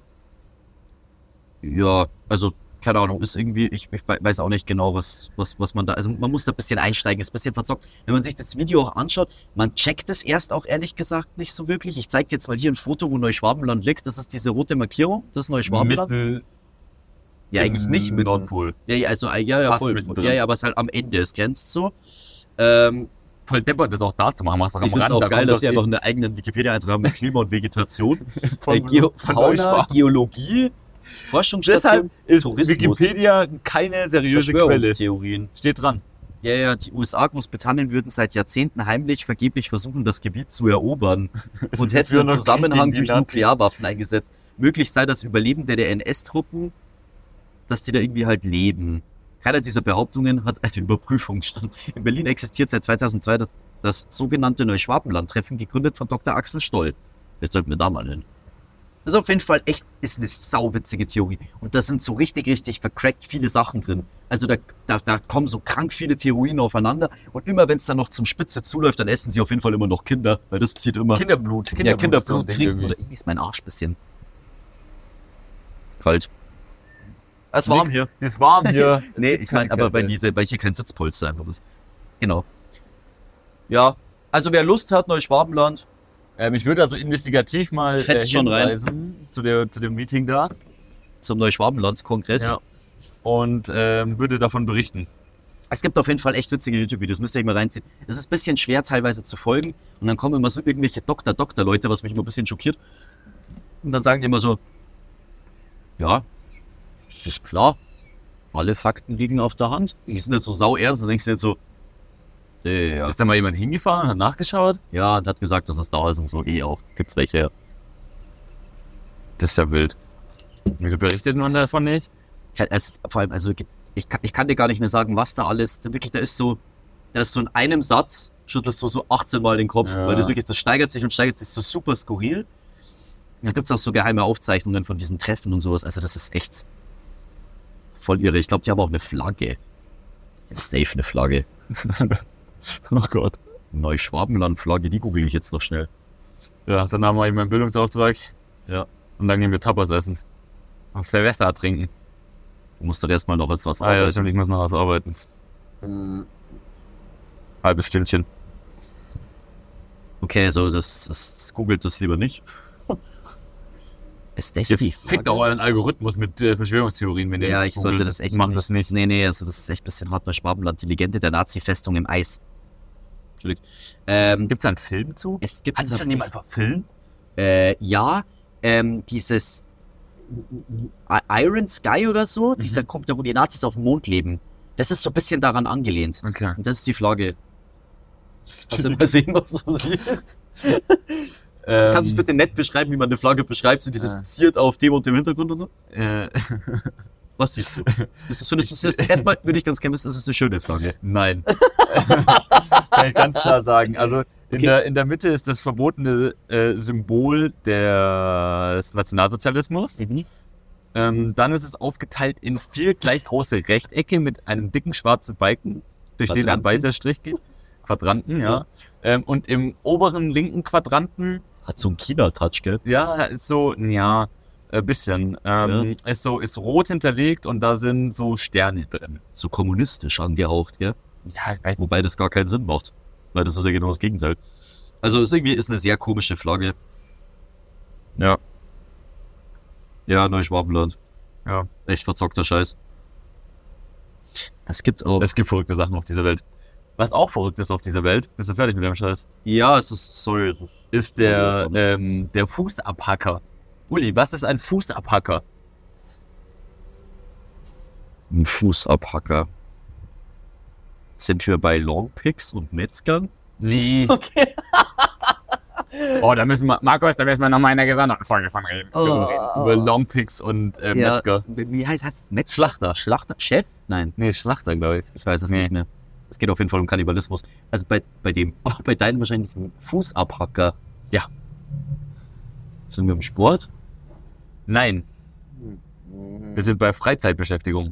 [SPEAKER 3] ja, also keine Ahnung, ist irgendwie, ich, ich we- weiß auch nicht genau, was, was, was man da, also man muss da ein bisschen einsteigen, ist ein bisschen verzockt. Wenn man sich das Video auch anschaut, man checkt es erst auch ehrlich gesagt nicht so wirklich. Ich zeige dir jetzt mal hier ein Foto, wo Neuschwabenland liegt. Das ist diese rote Markierung, das ist Neuschwabenland.
[SPEAKER 2] Mitten
[SPEAKER 3] ja, eigentlich
[SPEAKER 2] im
[SPEAKER 3] nicht mit.
[SPEAKER 2] Nordpol.
[SPEAKER 3] Ja, ja, also, äh, ja, ja,
[SPEAKER 2] Fast
[SPEAKER 3] voll,
[SPEAKER 2] mittendrin.
[SPEAKER 3] ja, ja, aber es ist halt am Ende, es grenzt so. Ähm,
[SPEAKER 2] Voll deppert, das auch da zu machen. Machst doch am
[SPEAKER 3] ich finde es
[SPEAKER 2] Rand.
[SPEAKER 3] auch
[SPEAKER 2] da
[SPEAKER 3] geil,
[SPEAKER 2] kommt
[SPEAKER 3] dass
[SPEAKER 2] doch
[SPEAKER 3] sie einfach einen eigenen Wikipedia-Eintrag haben mit Klima und Vegetation.
[SPEAKER 2] eh
[SPEAKER 3] Äh,
[SPEAKER 2] von,
[SPEAKER 3] Geo
[SPEAKER 2] von
[SPEAKER 3] Fauna,
[SPEAKER 2] Neuschwaben.
[SPEAKER 3] Geologie,
[SPEAKER 2] Deshalb
[SPEAKER 3] Forschungsstation,
[SPEAKER 2] ist
[SPEAKER 3] Tourismus.
[SPEAKER 2] Wikipedia keine seriöse Quelle.
[SPEAKER 3] Verschwörungstheorien.
[SPEAKER 2] Steht dran.
[SPEAKER 3] Ja, ja, die USA, Großbritannien würden seit Jahrzehnten heimlich vergeblich versuchen, das Gebiet zu erobern und hätten
[SPEAKER 2] führen
[SPEAKER 3] im
[SPEAKER 2] noch Krieg gegen
[SPEAKER 3] Zusammenhang
[SPEAKER 2] die
[SPEAKER 3] durch
[SPEAKER 2] Nazis.
[SPEAKER 3] Nuklearwaffen eingesetzt. Möglich sei das Überleben der, der NS-Truppen, dass die da irgendwie halt leben. Keiner dieser Behauptungen hat eine Überprüfung stand. In Berlin existiert seit 2002 das, das sogenannte Neuschwabenland-Treffen, gegründet von Dr. Axel Stoll. Jetzt sollten wir da mal hin. Das ist auf jeden Fall echt, ist eine sauwitzige Theorie. Und da sind so richtig, richtig vercrackt viele Sachen drin. Also da, da, da kommen so krank viele Theorien aufeinander. Und immer wenn es dann noch zum Spitze zuläuft, dann essen sie auf jeden Fall immer noch Kinder, weil das zieht immer.
[SPEAKER 2] Kinderblut.
[SPEAKER 3] ja,
[SPEAKER 2] ist so ein
[SPEAKER 3] Kinderblut
[SPEAKER 2] Ding
[SPEAKER 3] trinken.
[SPEAKER 2] irgendwie.
[SPEAKER 3] Oder irgendwie ist mein Arsch ein bisschen. Kalt. Es
[SPEAKER 2] warm
[SPEAKER 3] hier.
[SPEAKER 2] Es ist warm hier.
[SPEAKER 3] Nee, ich meine, aber weil, diese, weil hier kein Sitzpolster einfach ist. Genau. Ja, also wer Lust hat, Neuschwabenland,
[SPEAKER 2] Ähm, ich würde also investigativ mal äh,
[SPEAKER 3] Fetzt schon rein.
[SPEAKER 2] hinweisen Zu, der, zu dem Meeting da
[SPEAKER 3] zum Neuschwabenlandskongress.
[SPEAKER 2] Ja. und ähm, würde davon berichten.
[SPEAKER 3] Es gibt auf jeden Fall echt witzige YouTube-Videos, müsst ihr euch mal reinziehen. Es ist ein bisschen schwer teilweise zu folgen und dann kommen immer so irgendwelche Doktor-Doktor-Leute, was mich immer ein bisschen schockiert. Und dann sagen die immer so, ja, es ist klar, alle Fakten liegen auf der Hand. Die sind jetzt so sau ernst und denkst dir jetzt so, äh, ja,
[SPEAKER 2] Ist da mal jemand hingefahren und hat nachgeschaut?
[SPEAKER 3] ja, und hat gesagt, dass es da ist und so, eh auch, gibt's welche, ja.
[SPEAKER 2] Das ist ja wild. Wieso berichtet man davon nicht?
[SPEAKER 3] Ke- Es ist vor allem, also ich kann, ich kann dir gar nicht mehr sagen, was da alles. Da wirklich, da ist so, da ist so in einem Satz schüttelst du so 18 Mal den Kopf,
[SPEAKER 2] Ja.
[SPEAKER 3] weil das wirklich, das steigert sich und steigert sich so super skurril. Und Da gibt es auch so geheime Aufzeichnungen von diesen Treffen und sowas. Also das ist echt voll irre. Ich glaube, die haben auch eine Flagge. Die haben safe eine Flagge.
[SPEAKER 2] Oh Gott.
[SPEAKER 3] Neuschwabenland-Flagge, die google ich jetzt noch schnell.
[SPEAKER 2] Ja, dann haben wir eben einen Bildungsauftrag.
[SPEAKER 3] Ja.
[SPEAKER 2] Und dann gehen wir Tapas essen. Und Silvester trinken.
[SPEAKER 3] Du musst doch erstmal noch als was
[SPEAKER 2] Ah ja,
[SPEAKER 3] arbeiten.
[SPEAKER 2] stimmt, ich muss noch was arbeiten.
[SPEAKER 3] Äh.
[SPEAKER 2] Halbes Stündchen.
[SPEAKER 3] Okay, so das, das googelt das lieber nicht. Ist das
[SPEAKER 2] Ihr
[SPEAKER 3] die
[SPEAKER 2] fickt auch euren Algorithmus mit äh, Verschwörungstheorien, wenn ihr
[SPEAKER 3] ja,
[SPEAKER 2] das
[SPEAKER 3] ich sollte
[SPEAKER 2] googelt.
[SPEAKER 3] das echt
[SPEAKER 2] Macht das nicht.
[SPEAKER 3] Nee, nee, also das ist echt ein bisschen hart Neuschwabenland. Die Legende der Nazi-Festung im Eis. Entschuldigung. Ähm,
[SPEAKER 2] Gibt es da einen Film zu?
[SPEAKER 3] es gibt
[SPEAKER 2] Hat sich dann
[SPEAKER 3] tatsächlich-
[SPEAKER 2] jemand verfilmt?
[SPEAKER 3] äh, ja, ähm, dieses I- Iron Sky oder
[SPEAKER 2] Mhm.
[SPEAKER 3] so, dieser kommt da, wo die Nazis auf dem Mond leben. Das ist so ein bisschen daran angelehnt.
[SPEAKER 2] Okay.
[SPEAKER 3] Und das ist die Flagge. Hast du mal sehen, was du siehst?
[SPEAKER 2] Ähm,
[SPEAKER 3] Kannst du es bitte nett beschreiben, wie man eine Flagge beschreibt? So dieses
[SPEAKER 2] äh.
[SPEAKER 3] ziert auf dem und dem Hintergrund und so?
[SPEAKER 2] Äh,
[SPEAKER 3] Was siehst du? Ist das, findest du das erstmal würde ich ganz gerne wissen, das ist eine schöne Flagge.
[SPEAKER 2] Nein. Kann ich ganz klar sagen. Also in,
[SPEAKER 3] Okay.
[SPEAKER 2] der, in der Mitte ist das verbotene äh, Symbol des Nationalsozialismus.
[SPEAKER 3] Mhm.
[SPEAKER 2] Ähm, dann ist es aufgeteilt in vier gleich große Rechtecke mit einem dicken schwarzen Balken, durch den ein
[SPEAKER 3] Quadranten.
[SPEAKER 2] weißer Strich geht. Quadranten, ja. Ähm, und im oberen linken Quadranten,
[SPEAKER 3] Hat so einen China-Touch, gell?
[SPEAKER 2] ja, ist so, ja, ein bisschen, ähm, ist so, ist rot hinterlegt und da sind so Sterne drin.
[SPEAKER 3] so kommunistisch angehaucht, gell?
[SPEAKER 2] Ja, ich weiß nicht.
[SPEAKER 3] Wobei das gar keinen Sinn macht. Weil das ist ja genau das Gegenteil. Also es ist irgendwie ist eine sehr komische Flagge. Ja. Ja, Neuschwabenland.
[SPEAKER 2] Ja.
[SPEAKER 3] Echt verzockter Scheiß. Es gibt auch.
[SPEAKER 2] Es gibt verrückte Sachen auf dieser Welt. Was auch verrückt ist auf dieser Welt, bist du fertig mit dem Scheiß,
[SPEAKER 3] ja, es ist. Sorry. es ist-
[SPEAKER 2] ist der, ähm, der Fußabhacker. Uli, was ist ein Fußabhacker?
[SPEAKER 3] Ein Fußabhacker. Sind wir bei Longpicks und Metzgern?
[SPEAKER 2] Nee. Okay. oh, da müssen wir, Markus, da müssen wir nochmal in der gesonderten Folge von reden.
[SPEAKER 3] Oh.
[SPEAKER 2] Über Longpicks und äh, Metzger.
[SPEAKER 3] Wie heißt, heißt es Metzger?
[SPEAKER 2] Schlachter.
[SPEAKER 3] Schlachter? Chef? Nein.
[SPEAKER 2] Nee, Schlachter, glaube ich.
[SPEAKER 3] Ich weiß es
[SPEAKER 2] Nee.
[SPEAKER 3] nicht mehr. Es geht auf jeden Fall um Kannibalismus. Also bei, bei dem, auch bei deinem wahrscheinlich ein Fußabhacker. Ja. Sind wir im Sport?
[SPEAKER 2] Nein.
[SPEAKER 3] Hm.
[SPEAKER 2] Wir sind bei Freizeitbeschäftigung.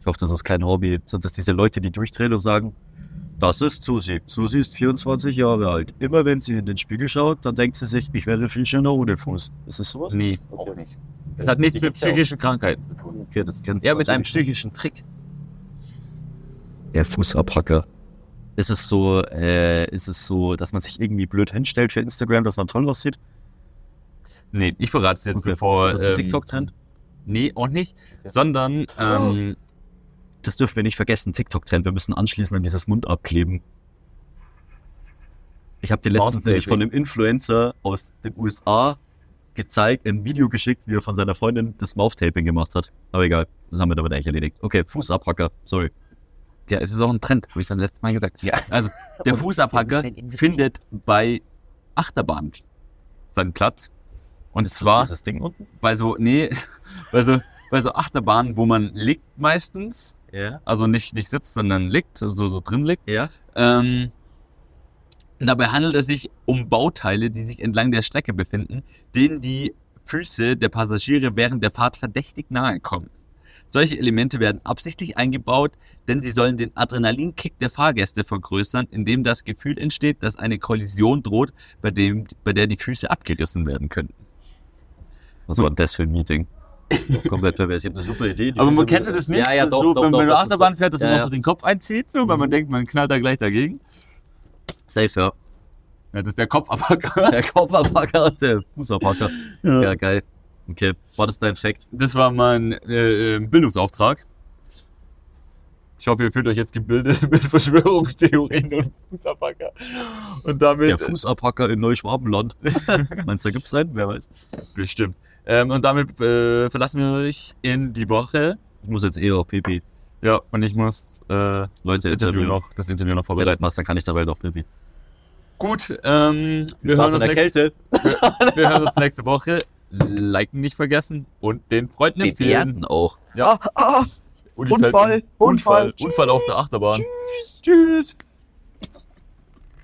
[SPEAKER 3] Ich hoffe, das ist kein Hobby. Sind das diese Leute, die durchdrehen und sagen, das ist Susi. Susi ist 24 Jahre alt. Immer wenn sie in den Spiegel schaut, dann denkt sie sich, ich werde viel schöner ohne Fuß. Ist das sowas?
[SPEAKER 2] Nee.
[SPEAKER 3] Auch nicht.
[SPEAKER 2] Das hat nichts
[SPEAKER 3] Die
[SPEAKER 2] mit
[SPEAKER 3] gibt's ja auch.
[SPEAKER 2] psychischen Krankheiten zu tun.
[SPEAKER 3] Okay, das kennst
[SPEAKER 2] Ja, mit einem
[SPEAKER 3] natürlich.
[SPEAKER 2] psychischen Trick.
[SPEAKER 3] Der Fußabhacker. Ist es so, äh, ist es so, dass man sich irgendwie blöd hinstellt für Instagram, dass man toll aussieht?
[SPEAKER 2] Nee, ich verrate es jetzt,
[SPEAKER 3] Okay.
[SPEAKER 2] bevor.
[SPEAKER 3] Ist das ein
[SPEAKER 2] ähm,
[SPEAKER 3] TikTok-Trend?
[SPEAKER 2] Nee, auch nicht.
[SPEAKER 3] Okay. Oh.
[SPEAKER 2] Sondern ähm,
[SPEAKER 3] Das dürfen wir nicht vergessen, TikTok-Trend. Wir müssen anschließend an dieses Mund abkleben. Ich habe dir letztens
[SPEAKER 2] Mouth-Taping.
[SPEAKER 3] nämlich von einem Influencer aus den USA gezeigt, ein Video geschickt, wie er von seiner Freundin das Mouth-Taping gemacht hat. Aber egal, das haben wir damit eigentlich erledigt. Okay, Fußabhacker, sorry.
[SPEAKER 2] Ja, es ist auch ein Trend, habe ich beim letzten Mal gesagt.
[SPEAKER 3] Ja.
[SPEAKER 2] Also, der
[SPEAKER 3] Und
[SPEAKER 2] Fußabhacker
[SPEAKER 3] der muss halt
[SPEAKER 2] findet bei Achterbahnen seinen Platz. Und
[SPEAKER 3] Ist das
[SPEAKER 2] zwar
[SPEAKER 3] dieses Ding unten?
[SPEAKER 2] bei so, nee, bei so, bei so Achterbahnen, wo man liegt meistens,
[SPEAKER 3] Ja.
[SPEAKER 2] also nicht, nicht sitzt, sondern liegt, so, so drin liegt.
[SPEAKER 3] Ja.
[SPEAKER 2] Ähm, dabei handelt es sich um Bauteile, die sich entlang der Strecke befinden, denen die Füße der Passagiere während der Fahrt verdächtig nahe kommen. Solche Elemente werden absichtlich eingebaut, denn sie sollen den Adrenalinkick der Fahrgäste vergrößern, indem das Gefühl entsteht, dass eine Kollision droht, bei, dem, bei der die Füße abgerissen werden können.
[SPEAKER 3] Was war denn das für ein Meeting? Komplett pervers. Ich habe eine super Idee. die
[SPEAKER 2] Aber
[SPEAKER 3] ist
[SPEAKER 2] man
[SPEAKER 3] super-
[SPEAKER 2] kennst du das nicht?
[SPEAKER 3] Ja, ja, doch,
[SPEAKER 2] so,
[SPEAKER 3] doch,
[SPEAKER 2] wenn
[SPEAKER 3] doch,
[SPEAKER 2] wenn du
[SPEAKER 3] das ist
[SPEAKER 2] Achterbahn
[SPEAKER 3] so.
[SPEAKER 2] fährst, dass
[SPEAKER 3] Ja,
[SPEAKER 2] man
[SPEAKER 3] ja. Mhm.
[SPEAKER 2] so den Kopf einzieht, so, weil man denkt, man knallt da gleich dagegen.
[SPEAKER 3] Safe, ja.
[SPEAKER 2] Ja, das ist der Kopfabacker.
[SPEAKER 3] Der Kopfapacker und der Fußapacker.
[SPEAKER 2] Ja.
[SPEAKER 3] Ja, geil. Okay, war das dein Fact?
[SPEAKER 2] Das war mein äh, äh, Bildungsauftrag. Ich hoffe, ihr fühlt euch jetzt gebildet mit Verschwörungstheorien und Fußabacker. Und
[SPEAKER 3] Der
[SPEAKER 2] damit
[SPEAKER 3] Fußapacker in Neuschwabenland. Meinst du, da gibt's einen? Wer weiß.
[SPEAKER 2] bestimmt. Ähm, und damit äh, verlassen wir euch in die Woche.
[SPEAKER 3] Ich muss jetzt eh auf Pipi.
[SPEAKER 2] Ja, und ich muss äh,
[SPEAKER 3] Leute,
[SPEAKER 2] das Interview
[SPEAKER 3] Interview.
[SPEAKER 2] noch, das Interview noch
[SPEAKER 3] Wenn du das
[SPEAKER 2] vorbereiten.
[SPEAKER 3] machst, dann kann ich dabei noch Pipi.
[SPEAKER 2] Gut, ähm, wir,
[SPEAKER 3] Viel Spaß
[SPEAKER 2] hören
[SPEAKER 3] in
[SPEAKER 2] uns
[SPEAKER 3] der
[SPEAKER 2] nächste,
[SPEAKER 3] Kälte.
[SPEAKER 2] wir hören uns nächste Woche. Liken nicht vergessen und den Freunden empfehlen.
[SPEAKER 3] auch.
[SPEAKER 2] Ja. Und die
[SPEAKER 5] Unfall,
[SPEAKER 2] Felgen. Unfall,
[SPEAKER 5] Unfall.
[SPEAKER 2] Unfall auf der Achterbahn.
[SPEAKER 5] Tschüss.